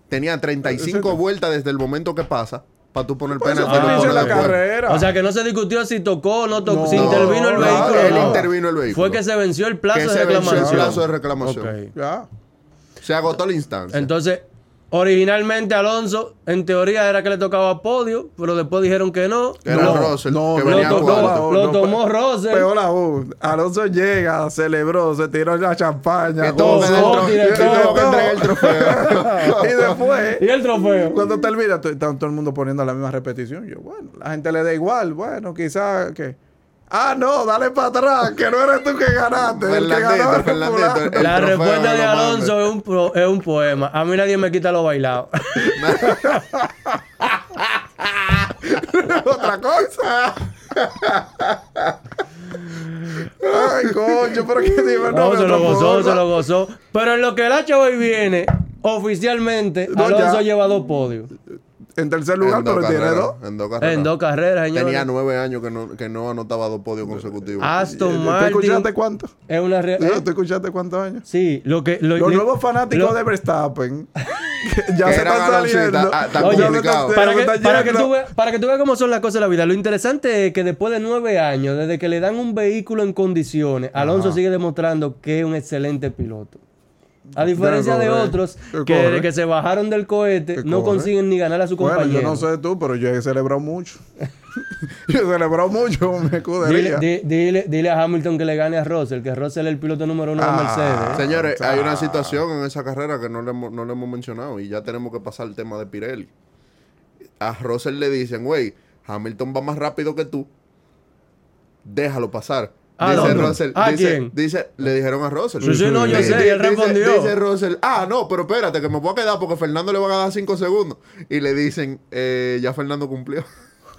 Speaker 3: Tenía 35 vueltas desde el momento que pasa para tú poner
Speaker 2: Pues eso
Speaker 3: penalti.
Speaker 1: fue el
Speaker 3: no
Speaker 1: inicio de
Speaker 3: pones
Speaker 1: Ah, la
Speaker 3: después.
Speaker 2: carrera.
Speaker 1: O sea que no se discutió si tocó o no tocó,
Speaker 2: No,
Speaker 1: si intervino el
Speaker 2: no,
Speaker 1: vehículo. o
Speaker 3: él
Speaker 1: no.
Speaker 3: intervino el vehículo.
Speaker 1: Fue que se venció el plazo
Speaker 3: Que
Speaker 1: de
Speaker 3: se venció el
Speaker 1: reclamación.
Speaker 3: plazo de reclamación.
Speaker 1: Ok.
Speaker 2: Ya.
Speaker 3: Se agotó la instancia.
Speaker 1: Entonces, originalmente Alonso, en teoría era que le tocaba podio, pero después dijeron que no.
Speaker 3: Era
Speaker 1: no.
Speaker 3: Russell,
Speaker 2: No,
Speaker 3: que
Speaker 2: no,
Speaker 3: venía
Speaker 1: lo tocó,
Speaker 3: cuarto.
Speaker 1: lo
Speaker 2: no,
Speaker 1: tomó
Speaker 2: pe-
Speaker 1: Russell.
Speaker 2: Peor aún, Alonso llega, celebró, se tiró la champaña.
Speaker 3: Que todo
Speaker 2: gozó,
Speaker 3: me den
Speaker 1: y
Speaker 3: tro-
Speaker 1: de
Speaker 3: que tengo que
Speaker 2: todo.
Speaker 3: entregar el trofeo.
Speaker 2: y después,
Speaker 1: ¿Y el trofeo?
Speaker 2: cuando termina, to- está todo el mundo poniendo la misma repetición. Yo, bueno, la gente le da igual, bueno, quizás que. Ah, no, dale para atrás, que no eres tú que ganaste. el que
Speaker 3: Fernandito,
Speaker 2: ganó era
Speaker 3: Fernandito, eh.
Speaker 2: fulano.
Speaker 3: el-
Speaker 1: La
Speaker 3: trofeo
Speaker 1: respuesta
Speaker 3: de
Speaker 1: de
Speaker 3: los
Speaker 1: Alonso es un, pro- es un poema. A mí nadie me quita lo bailado.
Speaker 2: otra cosa. Ay, coño, pero qué divertido.
Speaker 1: No, se lo gozó, se lo gozó. Pero en lo que el hacha hoy viene, oficialmente,
Speaker 2: No, ya.
Speaker 1: Alonso lleva dos podios.
Speaker 2: En tercer lugar,
Speaker 3: En dos
Speaker 2: pero tiene
Speaker 3: carreras,
Speaker 2: dos.
Speaker 3: en dos carreras.
Speaker 1: En dos carreras,
Speaker 3: Tenía
Speaker 1: señores.
Speaker 3: nueve años que no, que no anotaba dos podios consecutivos.
Speaker 1: Ah,
Speaker 2: ¿Tú
Speaker 1: Aston Martin
Speaker 2: escuchaste cuánto?
Speaker 1: es una re- eh,
Speaker 2: ¿Tú escuchaste cuántos años?
Speaker 1: Sí, lo que... Lo,
Speaker 2: Los
Speaker 1: lo-
Speaker 2: nuevos fanáticos
Speaker 1: lo-
Speaker 2: de Verstappen que ya
Speaker 3: Que
Speaker 2: se
Speaker 3: era
Speaker 2: están
Speaker 3: ganancita,
Speaker 2: saliendo.
Speaker 3: ah, está
Speaker 2: Ya se están-
Speaker 3: complicado.
Speaker 2: se
Speaker 1: para que,
Speaker 2: están
Speaker 1: para, que
Speaker 2: yendo.
Speaker 1: tú veas, para que tú veas cómo son las cosas de la vida. Lo interesante es que después de nueve años, desde que le dan un vehículo en condiciones, Alonso sigue demostrando que es un excelente piloto. A diferencia de
Speaker 2: corre,
Speaker 1: otros
Speaker 2: que
Speaker 1: que
Speaker 2: corre.
Speaker 1: desde que se bajaron del cohete
Speaker 2: Que
Speaker 1: no
Speaker 2: corre.
Speaker 1: consiguen ni ganar a su
Speaker 2: Bueno,
Speaker 1: compañero.
Speaker 2: yo no sé tú, pero yo he celebrado mucho. yo he celebrado mucho, me
Speaker 1: Dile,
Speaker 2: escudería.
Speaker 1: di- dile- dile a Hamilton que le gane a Russell, que Russell es el piloto número uno de
Speaker 2: Ah,
Speaker 1: Mercedes.
Speaker 3: Señores,
Speaker 2: Ah.
Speaker 3: hay una situación en esa carrera que no le, hemos, no le hemos mencionado y ya tenemos que pasar el tema de Pirelli. A Russell le dicen, güey, Hamilton va más rápido que tú, déjalo pasar.
Speaker 1: ¿A
Speaker 3: dice
Speaker 1: Ah, dónde?
Speaker 3: Russell,
Speaker 1: ¿A
Speaker 3: dice,
Speaker 1: quién?
Speaker 3: dice- le dijeron a Russell.
Speaker 1: Sí, sí, no, yo
Speaker 3: Dice-
Speaker 1: sé, y él
Speaker 3: dice-
Speaker 1: respondió.
Speaker 3: Dice Russell, ah, no, pero espérate, que me voy a quedar porque Fernando le va a dar 5 segundos. Y le dicen, "Eh, ya Fernando cumplió.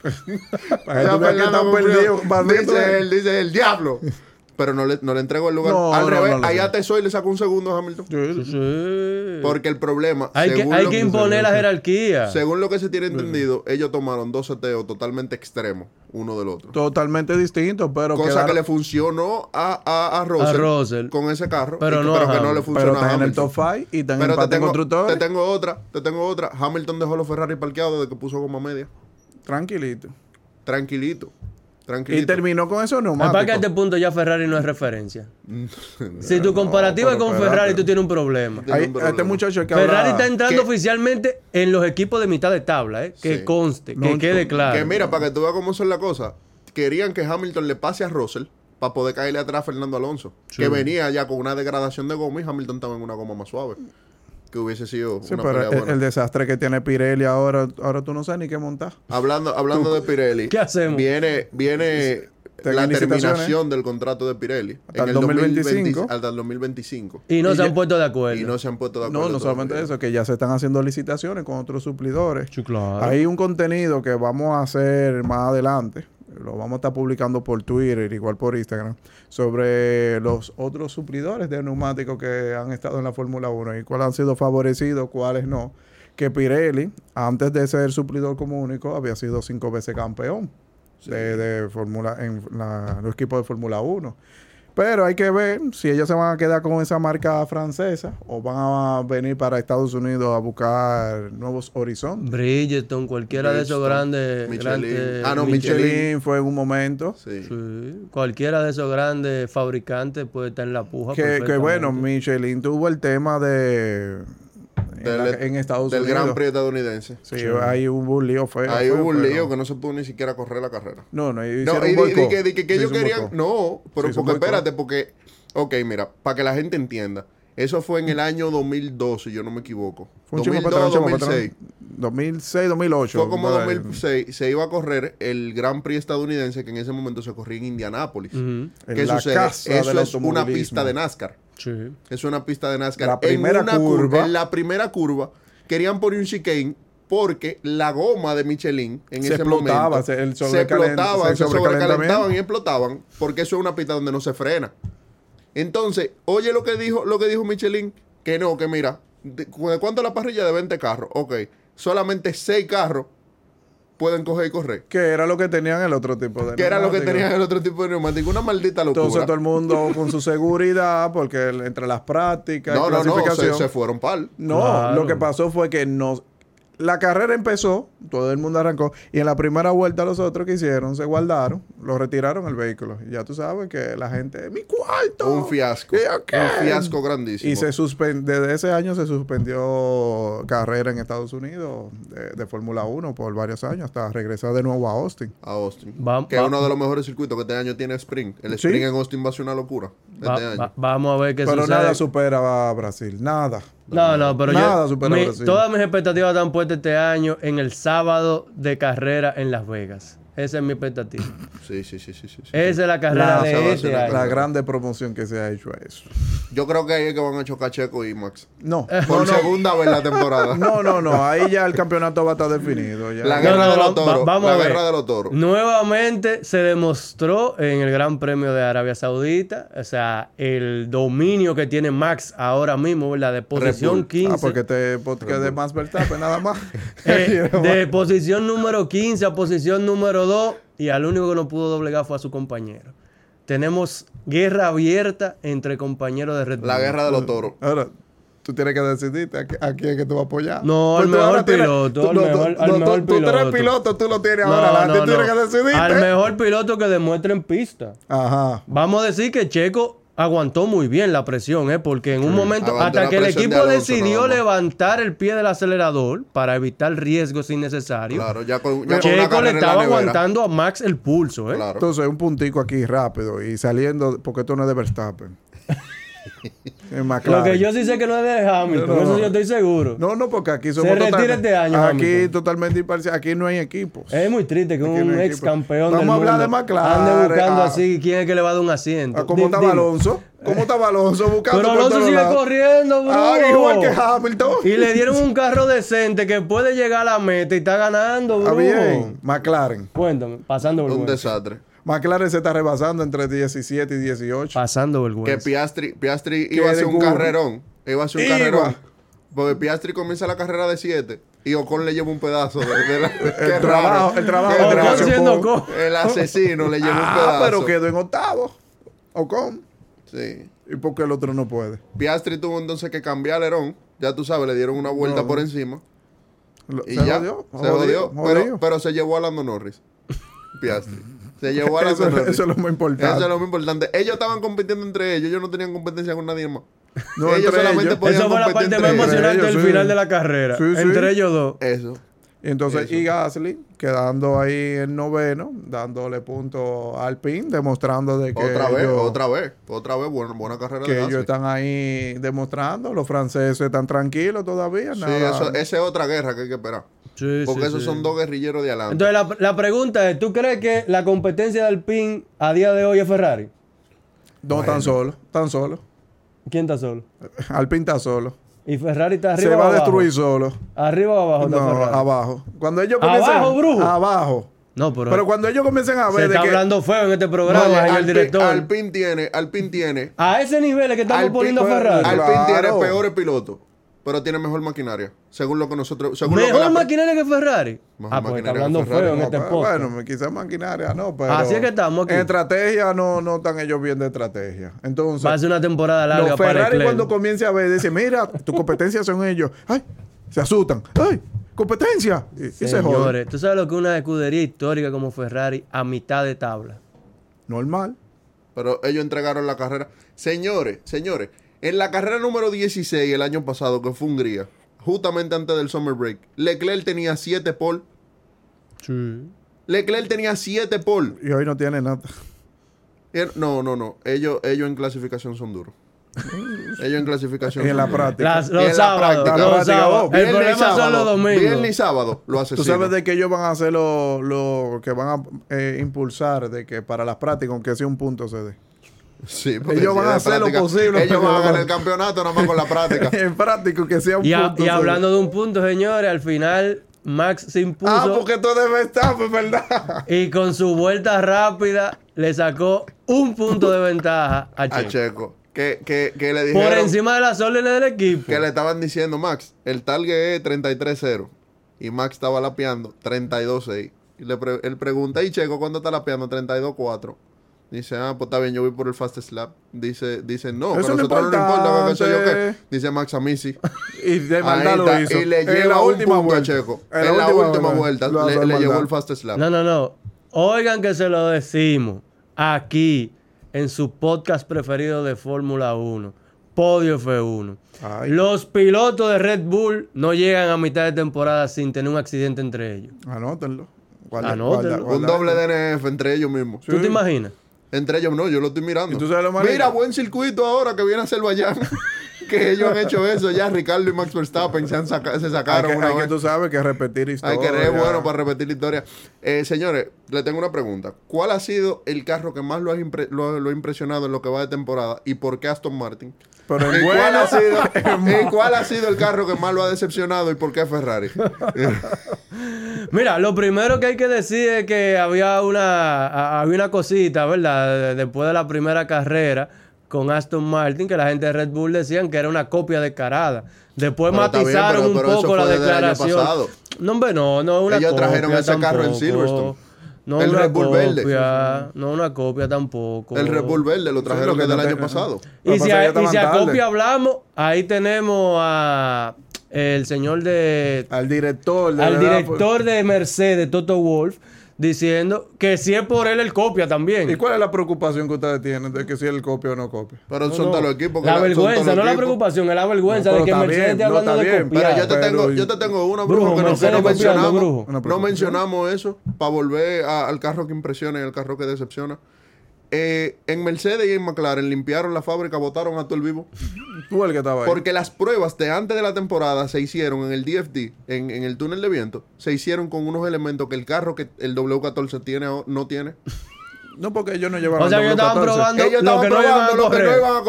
Speaker 2: Para que tú veas que están
Speaker 3: cumplió.
Speaker 2: perdidos. para que tú veas-
Speaker 3: Dice él, dice el diablo. Pero no le, no le entregó el lugar.
Speaker 2: No,
Speaker 3: Al
Speaker 2: no,
Speaker 3: revés,
Speaker 2: no le
Speaker 3: allá
Speaker 2: entregó.
Speaker 3: te soy y le sacó un segundo a Hamilton.
Speaker 1: Sí, sí.
Speaker 3: Porque el problema,
Speaker 1: Hay que,
Speaker 3: según,
Speaker 1: hay
Speaker 3: lo,
Speaker 1: que imponer la jerarquía.
Speaker 3: según lo que se tiene entendido, ellos tomaron dos seteos totalmente extremos uno del otro.
Speaker 2: Totalmente distinto, pero
Speaker 3: Cosa que
Speaker 2: quedaron-
Speaker 3: le funcionó a, a, a, Russell,
Speaker 1: A Russell.
Speaker 3: con ese carro,
Speaker 1: Pero
Speaker 3: y que-
Speaker 1: no a
Speaker 3: que no
Speaker 1: Hamilton.
Speaker 3: le
Speaker 2: pero
Speaker 3: funcionó a
Speaker 2: están en el
Speaker 3: Hamilton.
Speaker 2: top 5 y están en
Speaker 3: Pero te
Speaker 2: empate
Speaker 3: tengo,
Speaker 2: constructores.
Speaker 3: te tengo otra, te tengo otra. Hamilton dejó los Ferrari parqueados desde que puso goma media.
Speaker 2: Tranquilito.
Speaker 3: Tranquilito. Tranquilito.
Speaker 2: Y terminó con esos
Speaker 1: Aparte que a este
Speaker 2: neumáticos.
Speaker 1: punto ya Ferrari no es referencia. Si tu comparativa es
Speaker 3: pero
Speaker 1: con
Speaker 3: espérate.
Speaker 1: Ferrari, tú tienes un problema.
Speaker 3: Tiene
Speaker 2: Ahí-
Speaker 3: un
Speaker 2: a este
Speaker 3: problema.
Speaker 2: muchacho hay que
Speaker 1: Ferrari
Speaker 2: hablar-
Speaker 1: está entrando
Speaker 3: que-
Speaker 1: oficialmente en los equipos de mitad de tabla, ¿eh? Que
Speaker 3: Sí.
Speaker 1: conste, que
Speaker 2: No,
Speaker 1: quede claro.
Speaker 3: Que mira, para que tú veas cómo son las cosas, querían que Hamilton le pase a Russell para poder caerle atrás a Fernando Alonso, que venía ya con una degradación de goma y Hamilton estaba en una goma más suave. Que hubiese sido
Speaker 2: Sí,
Speaker 3: una
Speaker 2: pero
Speaker 3: pelea
Speaker 2: el,
Speaker 3: buena.
Speaker 2: el desastre que tiene Pirelli ahora, ahora tú no sabes ni qué montar.
Speaker 3: Hablando, hablando de Pirelli,
Speaker 1: ¿Qué hacemos?
Speaker 3: Viene, viene
Speaker 2: Tengo
Speaker 3: la
Speaker 2: licitaciones.
Speaker 3: terminación del contrato de Pirelli
Speaker 2: Hasta el 2025.
Speaker 3: hasta el 2025.
Speaker 1: y no
Speaker 2: y
Speaker 1: se
Speaker 2: ya-
Speaker 1: han puesto de acuerdo.
Speaker 3: Y no se han puesto de acuerdo.
Speaker 2: No, no solamente
Speaker 3: todavía.
Speaker 2: eso, que ya se están haciendo licitaciones con otros suplidores.
Speaker 1: Sí, claro.
Speaker 2: Hay un contenido que vamos a hacer más adelante, lo vamos a estar publicando por Twitter, igual por Instagram, sobre los otros suplidores de neumáticos que han estado en la Fórmula 1 y cuáles han sido favorecidos, cuáles no. Que Pirelli, antes de ser suplidor como único, había sido cinco veces campeón de, de Fórmula en la- los equipos de Fórmula 1. Pero hay que ver si ellos se van a quedar con esa marca francesa o van a venir para Estados Unidos a buscar nuevos horizontes.
Speaker 1: Bridgestone, cualquiera de esos
Speaker 3: Bridgestone,
Speaker 1: grandes.
Speaker 3: Michelin.
Speaker 1: grandes-
Speaker 3: Ah, no,
Speaker 1: Mich-
Speaker 3: Michelin.
Speaker 2: Michelin fue en un momento
Speaker 3: Sí.
Speaker 1: Sí, Cualquiera de esos grandes fabricantes puede estar en la puja.
Speaker 2: que, que, bueno,
Speaker 1: perfectamente.
Speaker 2: Michelin tuvo el tema de en,
Speaker 3: Del- e-
Speaker 2: la- en Estados
Speaker 3: del
Speaker 2: Unidos.
Speaker 3: Gran Prix estadounidense.
Speaker 2: Sí, ahí hubo un lío feo.
Speaker 3: Ahí
Speaker 2: feo,
Speaker 3: hubo un
Speaker 2: feo.
Speaker 3: lío que no se pudo ni siquiera correr la carrera.
Speaker 2: No, no,
Speaker 3: No,
Speaker 2: hicieron
Speaker 3: y,
Speaker 2: un
Speaker 3: di- di
Speaker 2: boicot.
Speaker 3: que, di que- que
Speaker 2: Se
Speaker 3: ellos
Speaker 2: hizo un
Speaker 3: querían.
Speaker 2: boicot.
Speaker 3: No, pero
Speaker 2: hizo un
Speaker 3: porque
Speaker 2: boicot.
Speaker 3: espérate, porque. Ok, mira, para que la gente entienda. Eso fue en el año 2012, yo no me equivoco.
Speaker 2: Fue un 2002,
Speaker 3: 2006.
Speaker 2: 2006, 2008.
Speaker 3: Fue como
Speaker 2: por ahí.
Speaker 3: 2006, se iba a correr el Gran Prix estadounidense que en ese momento se corría en Indianápolis.
Speaker 1: Ujú.
Speaker 2: En
Speaker 3: ¿Qué
Speaker 2: la
Speaker 3: sucede?
Speaker 2: casa del
Speaker 3: Eso es una
Speaker 2: automovilismo.
Speaker 3: pista de NASCAR.
Speaker 1: Sí.
Speaker 3: Es una pista de NASCAR.
Speaker 2: La primera
Speaker 3: en una curva,
Speaker 2: curva.
Speaker 3: En la primera curva querían poner un chicane porque la goma de Michelin en
Speaker 2: Se
Speaker 3: ese
Speaker 2: explotaba,
Speaker 3: momento
Speaker 2: se- el
Speaker 3: se
Speaker 2: sobrecalen-
Speaker 3: explotaba,
Speaker 2: se
Speaker 3: se sobrecalentaban
Speaker 2: sobrecalentamiento.
Speaker 3: y explotaban porque eso es una pista donde no se frena. Entonces, oye lo que dijo, lo que dijo Michelin, que no, que mira, de, cu- ¿de cuánto la parrilla de 20 carros? Ok, solamente 6 carros pueden coger y correr.
Speaker 2: Que era lo que tenían el otro tipo de
Speaker 3: Que era lo que
Speaker 2: neumático.
Speaker 3: tenían el otro tipo de neumático, una maldita locura.
Speaker 2: Entonces todo el mundo con su seguridad, porque el- entre las prácticas,
Speaker 3: no,
Speaker 2: y
Speaker 3: no, no, se,
Speaker 2: clasificación.
Speaker 3: se fueron par.
Speaker 2: No,
Speaker 1: Claro.
Speaker 2: lo que pasó fue que nos, la carrera empezó, todo el mundo arrancó, y en la primera vuelta los otros que hicieron se guardaron, lo retiraron el vehículo. Y Ya tú sabes que la gente, ¡mi cuarto!
Speaker 3: Un fiasco.
Speaker 2: ¿Y yo qué?
Speaker 3: Un fiasco grandísimo.
Speaker 2: Y se suspen- desde ese año se suspendió carrera en Estados Unidos de, de Fórmula 1 por varios años, hasta regresar de nuevo a Austin.
Speaker 3: a Austin.
Speaker 1: Va-
Speaker 3: que
Speaker 1: va-
Speaker 3: es uno de los mejores circuitos que este año tiene Spring. El
Speaker 2: Sí.
Speaker 3: Spring en Austin va a ser una locura. Este
Speaker 1: Va-
Speaker 3: año.
Speaker 1: va- vamos a ver qué
Speaker 2: Pero
Speaker 1: sucede.
Speaker 2: nada supera a Brasil, nada.
Speaker 1: No, no, pero
Speaker 2: Nada
Speaker 1: yo.
Speaker 2: supera
Speaker 1: mi-
Speaker 2: Brasil.
Speaker 1: todas mis expectativas están puestas este año en el sábado de carrera en Las Vegas. Esa es mi expectativa.
Speaker 3: Sí, sí, sí, sí, sí, sí.
Speaker 1: Esa es la carrera
Speaker 2: La-
Speaker 3: esa va
Speaker 1: de
Speaker 3: a
Speaker 1: este
Speaker 3: ser una
Speaker 1: año.
Speaker 2: La grande promoción que se ha hecho a eso.
Speaker 3: Yo creo que ahí es que van a chocar Checo y Max.
Speaker 2: No,
Speaker 3: Por segunda vez la temporada.
Speaker 2: no, no, no. Ahí ya el campeonato va a estar definido. ya.
Speaker 3: La
Speaker 1: No,
Speaker 3: guerra
Speaker 1: no,
Speaker 3: de
Speaker 1: va-
Speaker 3: los toros.
Speaker 1: va- vamos
Speaker 3: la
Speaker 1: a ver.
Speaker 3: guerra de los toros.
Speaker 1: Nuevamente se demostró en el Gran Premio de Arabia Saudita, o sea, el dominio que tiene Max ahora mismo, ¿verdad? De posición
Speaker 3: Bull.
Speaker 1: 15.
Speaker 2: Ah, porque te porque de más Verstappen nada más.
Speaker 1: eh, de posición número 15 a posición número 2, y al único que no pudo doblegar fue a su compañero. Tenemos guerra abierta entre compañeros de Red Bull.
Speaker 3: La guerra de los toros.
Speaker 2: Ahora, tú tienes que decidirte a, qué- a quién es que tú vas a apoyar.
Speaker 1: No, al
Speaker 2: Pues tú
Speaker 1: mejor
Speaker 2: ahora tienes-
Speaker 1: piloto,
Speaker 2: tú-
Speaker 1: al
Speaker 2: no, tú-
Speaker 1: mejor- al
Speaker 2: no, tú-
Speaker 1: mejor
Speaker 2: tú
Speaker 1: piloto.
Speaker 2: tres pilotos tú lo tienes
Speaker 1: No,
Speaker 2: ahora.
Speaker 1: no,
Speaker 2: adelante,
Speaker 1: no.
Speaker 2: tú tienes que ¿eh?
Speaker 1: Al
Speaker 2: decidirte.
Speaker 1: mejor piloto que demuestre en pista.
Speaker 2: Ajá.
Speaker 1: Vamos a decir que Checo aguantó muy bien la presión, ¿eh? porque en un momento,
Speaker 3: aguantó
Speaker 1: hasta
Speaker 3: la
Speaker 1: que el
Speaker 3: presión de
Speaker 1: equipo
Speaker 3: Alonso,
Speaker 1: decidió
Speaker 3: nada más.
Speaker 1: levantar el pie del acelerador para evitar riesgos innecesarios,
Speaker 3: Claro, ya con, ya con una
Speaker 1: Checo
Speaker 3: carrera
Speaker 1: le
Speaker 3: en la
Speaker 1: estaba
Speaker 3: nevera.
Speaker 1: aguantando a Max el pulso. ¿eh?
Speaker 3: Claro.
Speaker 2: Entonces, un puntico aquí rápido y saliendo, porque esto no es de Verstappen. es más
Speaker 1: Lo
Speaker 2: claro.
Speaker 1: que yo sí sé que no es de Hamilton,
Speaker 2: No, no,
Speaker 1: eso
Speaker 2: no.
Speaker 1: yo estoy seguro.
Speaker 2: No, no, porque aquí somos
Speaker 1: retira este año,
Speaker 2: Aquí
Speaker 1: Hamilton. Eh,
Speaker 2: totalmente imparcial. Aquí no hay equipos.
Speaker 1: Es muy triste que
Speaker 2: Aquí no
Speaker 1: un
Speaker 2: hay
Speaker 1: ex
Speaker 2: equipo.
Speaker 1: campeón
Speaker 2: Vamos
Speaker 1: del
Speaker 2: a hablar de
Speaker 1: mundo
Speaker 2: McLaren,
Speaker 1: ande buscando
Speaker 2: ah.
Speaker 1: así quién es que le va a dar un asiento.
Speaker 2: Ah, ¿Cómo
Speaker 1: Di-
Speaker 2: estaba
Speaker 1: dime. Eh,
Speaker 2: Alonso? ¿Cómo estaba Alonso? Buscando
Speaker 1: Pero
Speaker 2: por
Speaker 1: Alonso
Speaker 2: todos
Speaker 1: sigue
Speaker 2: lados.
Speaker 1: corriendo, bro.
Speaker 2: Ah, igual que Hamilton.
Speaker 1: Y le dieron un carro decente que puede llegar a la meta y está ganando,
Speaker 2: Ah,
Speaker 1: bro.
Speaker 2: bien. McLaren.
Speaker 1: Cuéntame, pasando
Speaker 3: Un
Speaker 1: vergüenza.
Speaker 3: desastre.
Speaker 2: McLaren se está rebasando entre 17 y 18.
Speaker 1: Pasando
Speaker 3: Que
Speaker 1: vergüenza.
Speaker 3: Piastri, Piastri iba a hacer
Speaker 2: Pues. de
Speaker 3: un
Speaker 2: Google.
Speaker 3: carrerón. Iba a hacer un
Speaker 2: Iba.
Speaker 3: carrerón. Porque Piastri comienza la carrera de 7 y Ocon le lleva un pedazo de, de la- Qué raro.
Speaker 2: trabajo, el trabajo
Speaker 3: Qué
Speaker 2: de
Speaker 1: Ocon
Speaker 3: raro.
Speaker 2: Ocon.
Speaker 1: siendo co-
Speaker 3: El asesino le llevó un
Speaker 2: Ah,
Speaker 3: pedazo.
Speaker 2: pero quedó en octavo. Ocon.
Speaker 3: Sí.
Speaker 2: ¿Y por qué el otro no puede?
Speaker 3: Piastri tuvo entonces que cambiar el alerón. Ya tú sabes, le dieron una vuelta por encima.
Speaker 2: Lo-
Speaker 3: Y
Speaker 2: se
Speaker 3: ya.
Speaker 2: jodió.
Speaker 3: se jodió.
Speaker 2: jodido.
Speaker 3: Pero, pero se llevó a Lando Norris. Piastri. Se llevó a Lando
Speaker 2: eso,
Speaker 3: Norris.
Speaker 2: eso es lo más
Speaker 3: Eso es
Speaker 2: importante.
Speaker 3: lo más importante. Ellos estaban compitiendo entre ellos. Ellos no tenían competencia con nadie más.
Speaker 2: No,
Speaker 3: ellos
Speaker 2: entre
Speaker 3: solamente
Speaker 2: ellos.
Speaker 3: podían
Speaker 1: Esa fue la
Speaker 3: competir
Speaker 1: parte
Speaker 3: entre
Speaker 1: más
Speaker 3: ellos.
Speaker 1: emocionante
Speaker 2: ellos,
Speaker 1: del
Speaker 2: sí.
Speaker 1: final de la carrera.
Speaker 2: Sí, sí.
Speaker 1: Entre ellos dos.
Speaker 3: Eso.
Speaker 2: Y entonces,
Speaker 3: Eso.
Speaker 2: y Gasly quedando ahí en noveno, dándole punto al PIN, demostrando de que
Speaker 3: Otra vez,
Speaker 2: ellos-
Speaker 3: otra vez, otra vez, buena, buena carrera de
Speaker 2: que ellos
Speaker 3: Gasly.
Speaker 2: están ahí demostrando, los franceses están tranquilos todavía.
Speaker 3: Sí,
Speaker 2: nada.
Speaker 3: eso- esa es otra guerra que hay que esperar.
Speaker 1: Sí,
Speaker 3: Porque
Speaker 1: sí,
Speaker 3: esos
Speaker 1: sí.
Speaker 3: son dos guerrilleros de adelante.
Speaker 1: Entonces la, la pregunta es, ¿tú crees que la competencia del PIN a día de hoy es Ferrari?
Speaker 2: No tan solo, tan solo.
Speaker 1: ¿Quién está solo?
Speaker 2: Alpin está solo.
Speaker 1: ¿Y Ferrari está arriba
Speaker 2: Se
Speaker 1: o
Speaker 2: va a
Speaker 1: abajo?
Speaker 2: destruir solo.
Speaker 1: ¿Arriba o abajo está
Speaker 2: No,
Speaker 1: Ferrari?
Speaker 2: abajo. Cuando ellos
Speaker 1: Abajo,
Speaker 2: comiencen
Speaker 1: brujo.
Speaker 2: abajo.
Speaker 1: No, pero,
Speaker 2: Pero cuando ellos comiencen a
Speaker 1: se
Speaker 2: ver de
Speaker 1: está
Speaker 2: que
Speaker 1: hablando feo en este
Speaker 3: Oye,
Speaker 1: programa, señor
Speaker 3: Alpine-
Speaker 1: director.
Speaker 3: Alpine tiene, Alpine tiene,
Speaker 1: a ese nivel es que estamos
Speaker 3: Alpine-
Speaker 1: poniendo a
Speaker 2: puede-
Speaker 1: Ferrari.
Speaker 2: Al-
Speaker 3: Alpine tiene
Speaker 2: Claro.
Speaker 3: peores pilotos, pero tiene mejor maquinaria, según lo que nosotros, según lo que
Speaker 1: Mejor
Speaker 3: la-
Speaker 1: maquinaria que Ferrari.
Speaker 3: Mejor
Speaker 1: Ah, pues
Speaker 3: maquinaria
Speaker 1: está
Speaker 3: que
Speaker 1: hablando
Speaker 3: Ferrari, pues,
Speaker 1: feo en
Speaker 2: No,
Speaker 1: este
Speaker 2: pero
Speaker 1: podcast.
Speaker 2: Bueno, quizás maquinaria no, pero.
Speaker 1: Así es que estamos aquí.
Speaker 2: En estrategia no, no están ellos bien de estrategia. Entonces,
Speaker 1: Va a ser una temporada larga
Speaker 2: los
Speaker 1: para
Speaker 2: Ferrari
Speaker 1: Leclerc.
Speaker 2: cuando comience a ver, dice, mira, tu competencia son ellos. ¡Ay! Se asustan. ¡Ay! ¡Competencia! Y, y se joden.
Speaker 1: Señores, ¿tú sabes lo que es una escudería histórica como Ferrari a mitad de tabla?
Speaker 2: Normal.
Speaker 3: pero ellos entregaron la carrera. Señores, señores, en la carrera número 16 el año pasado, que fue Hungría, justamente antes del summer break, Leclerc tenía 7 Paul.
Speaker 1: Sí.
Speaker 3: Leclerc tenía 7 Paul.
Speaker 2: Y hoy no tiene nada.
Speaker 3: No, no, no. Ellos, ellos en clasificación son duros. ellos en clasificación
Speaker 2: Y Mm. en
Speaker 3: son
Speaker 2: la
Speaker 3: duros.
Speaker 2: práctica.
Speaker 1: Las-
Speaker 3: Y en
Speaker 1: los
Speaker 3: la
Speaker 1: sábados.
Speaker 3: práctica,
Speaker 1: los
Speaker 2: la práctica,
Speaker 1: sábados.
Speaker 2: vos,
Speaker 1: El
Speaker 3: Viernes y
Speaker 1: problema son
Speaker 3: sábado,
Speaker 1: los
Speaker 3: Viernes y
Speaker 1: domingos.
Speaker 3: sábado lo
Speaker 2: Tú
Speaker 3: asesinan.
Speaker 2: sabes de que ellos van a hacer lo, lo que van a eh, impulsar de que para las prácticas, aunque sea un punto se dé.
Speaker 3: Sí, porque
Speaker 2: Ellos van
Speaker 3: es
Speaker 2: a
Speaker 3: de
Speaker 2: hacer lo
Speaker 3: práctica,
Speaker 2: posible,
Speaker 3: Ellos
Speaker 2: pero-
Speaker 3: van a ganar el campeonato nada más con la práctica.
Speaker 2: en práctico que sea un
Speaker 1: Y, a-
Speaker 2: punto
Speaker 1: y
Speaker 2: solo.
Speaker 1: hablando de un punto, señores, al final Max se impuso
Speaker 2: Ah, porque tú debes estar, pues, ¿verdad?
Speaker 1: y con su vuelta rápida le sacó un punto de ventaja a
Speaker 3: A
Speaker 1: Checo.
Speaker 3: Checo. Que, que, que le
Speaker 1: Por
Speaker 3: Ah, dijeron
Speaker 1: encima de las órdenes del equipo.
Speaker 3: que le estaban diciendo, Max, el target es 33-0. Y Max estaba lapeando 32-6. Y le pre- él pregunta, ¿y Checo cuándo está lapeando? 32-4. Dice, ah, pues está bien, yo voy por el fast slap. Dice, dice no,
Speaker 2: Eso
Speaker 3: que
Speaker 2: no
Speaker 3: a nosotros no nos importa, que qué sé yo qué.
Speaker 2: importante.
Speaker 3: Dice Max a mí sí.
Speaker 2: Y de
Speaker 3: Ahí
Speaker 2: maldad lo
Speaker 3: está,
Speaker 2: hizo.
Speaker 3: Y le
Speaker 2: En
Speaker 3: lleva
Speaker 2: la
Speaker 3: un
Speaker 2: última
Speaker 3: punto a
Speaker 2: vuelta.
Speaker 3: Checo. En la última vuelta,
Speaker 2: lo
Speaker 3: le,
Speaker 2: hizo de
Speaker 3: le llevó
Speaker 2: maldad.
Speaker 3: el fast slap.
Speaker 1: No, no, no. Oigan que se lo decimos aquí en su podcast preferido de Fórmula 1, Podio F1.
Speaker 2: Ay.
Speaker 1: Los pilotos de Red Bull no llegan a mitad de temporada sin tener un accidente entre ellos.
Speaker 2: Anótenlo. Guarda-
Speaker 1: Anótenlo.
Speaker 2: guarda-
Speaker 3: Un
Speaker 2: guarda-
Speaker 3: doble DNF entre ellos mismos.
Speaker 1: ¿Tú te imaginas?
Speaker 3: Entre ellos no, yo lo estoy mirando.
Speaker 2: ¿Y tú sabes lo malo?
Speaker 3: Mira, buen circuito ahora que viene a Azerbaiyán. que ellos han hecho eso. Ya Ricardo y Max Verstappen se, han saca- se
Speaker 2: Hay
Speaker 3: sacaron
Speaker 2: que,
Speaker 3: una
Speaker 2: hay que
Speaker 3: vez.
Speaker 2: tú sabes que repetir historia.
Speaker 3: Hay que re bueno para repetir la historia. Eh, señores, le tengo una pregunta. ¿Cuál ha sido el carro que más lo ha, impre- lo- lo ha impresionado en lo que va de temporada? ¿Y por qué Aston Martin?
Speaker 2: Pero
Speaker 3: ¿Y
Speaker 2: en
Speaker 3: cuál,
Speaker 2: bueno,
Speaker 3: ha sido, ¿Y cuál ha sido el carro que más lo ha decepcionado y por qué Ferrari?
Speaker 1: Mira, lo primero que hay que decir es que había una, a- había una cosita, ¿verdad? De- Después de la primera carrera con Aston Martin, que la gente de Red Bull decían que era una copia descarada. Después
Speaker 3: Pero está bien,
Speaker 1: matizaron
Speaker 3: pero-
Speaker 1: un
Speaker 3: pero eso
Speaker 1: poco la
Speaker 3: fue del año
Speaker 1: declaración.
Speaker 3: pasado.
Speaker 1: No, hombre, no, no es una
Speaker 3: Ellos
Speaker 1: copia.
Speaker 3: trajeron ese carro en
Speaker 1: tampoco.
Speaker 3: Silverstone.
Speaker 1: No
Speaker 3: El
Speaker 1: una
Speaker 3: Red Bull
Speaker 1: copia,
Speaker 3: verde.
Speaker 1: No una copia tampoco.
Speaker 3: el Red Bull verde lo trajeron
Speaker 2: Oh. lo que
Speaker 3: del
Speaker 2: no
Speaker 3: año
Speaker 2: te-
Speaker 3: pasado.
Speaker 2: Lo que
Speaker 1: Y si,
Speaker 2: pasa
Speaker 1: a,
Speaker 2: es que ya
Speaker 1: y si a
Speaker 2: estaban tarde.
Speaker 1: copia hablamos, ahí tenemos a el señor de
Speaker 2: al director. de
Speaker 1: al
Speaker 2: verdad, pues.
Speaker 1: director de Mercedes, Toto Wolf, diciendo que si es por él, él copia
Speaker 2: pues. ¿Y
Speaker 1: también.
Speaker 2: cuál es la preocupación que ustedes tienen de que si él copia o no copia?
Speaker 3: Pero
Speaker 1: No,
Speaker 3: son
Speaker 1: no.
Speaker 3: todos los equipos. que
Speaker 1: La
Speaker 3: son todos
Speaker 1: vergüenza,
Speaker 3: los
Speaker 1: no la
Speaker 3: equipos.
Speaker 1: preocupación, es la vergüenza
Speaker 2: No,
Speaker 1: de que
Speaker 2: pero está
Speaker 1: Mercedes esté
Speaker 2: bien, no,
Speaker 1: hablando
Speaker 2: está
Speaker 1: de
Speaker 2: bien, pero
Speaker 1: copiar.
Speaker 3: Pero yo te,
Speaker 2: Pero-
Speaker 3: tengo, yo te tengo una,
Speaker 1: Brujo,
Speaker 3: brujo, que no, que no
Speaker 1: Mercedes copiando,
Speaker 3: mencionamos.
Speaker 1: brujo.
Speaker 2: Una
Speaker 3: No
Speaker 2: preocupación.
Speaker 3: mencionamos eso para volver a- al carro que impresiona y al carro que decepciona. Eh, en Mercedes y en McLaren limpiaron la fábrica, botaron a todo el vivo.
Speaker 2: Tú el que estaba ahí.
Speaker 3: Porque las pruebas de antes de la temporada se hicieron en el DFD, en, en el túnel de viento, se hicieron con unos elementos que el carro que el W14 tiene o- no tiene.
Speaker 2: No, porque ellos no llevaron
Speaker 1: O sea,
Speaker 2: el
Speaker 1: que estaban
Speaker 2: 14.
Speaker 1: probando
Speaker 3: Ellos
Speaker 1: lo
Speaker 3: estaban
Speaker 1: que no iban
Speaker 3: probando
Speaker 1: a
Speaker 3: lo que no
Speaker 1: correr.
Speaker 3: iban a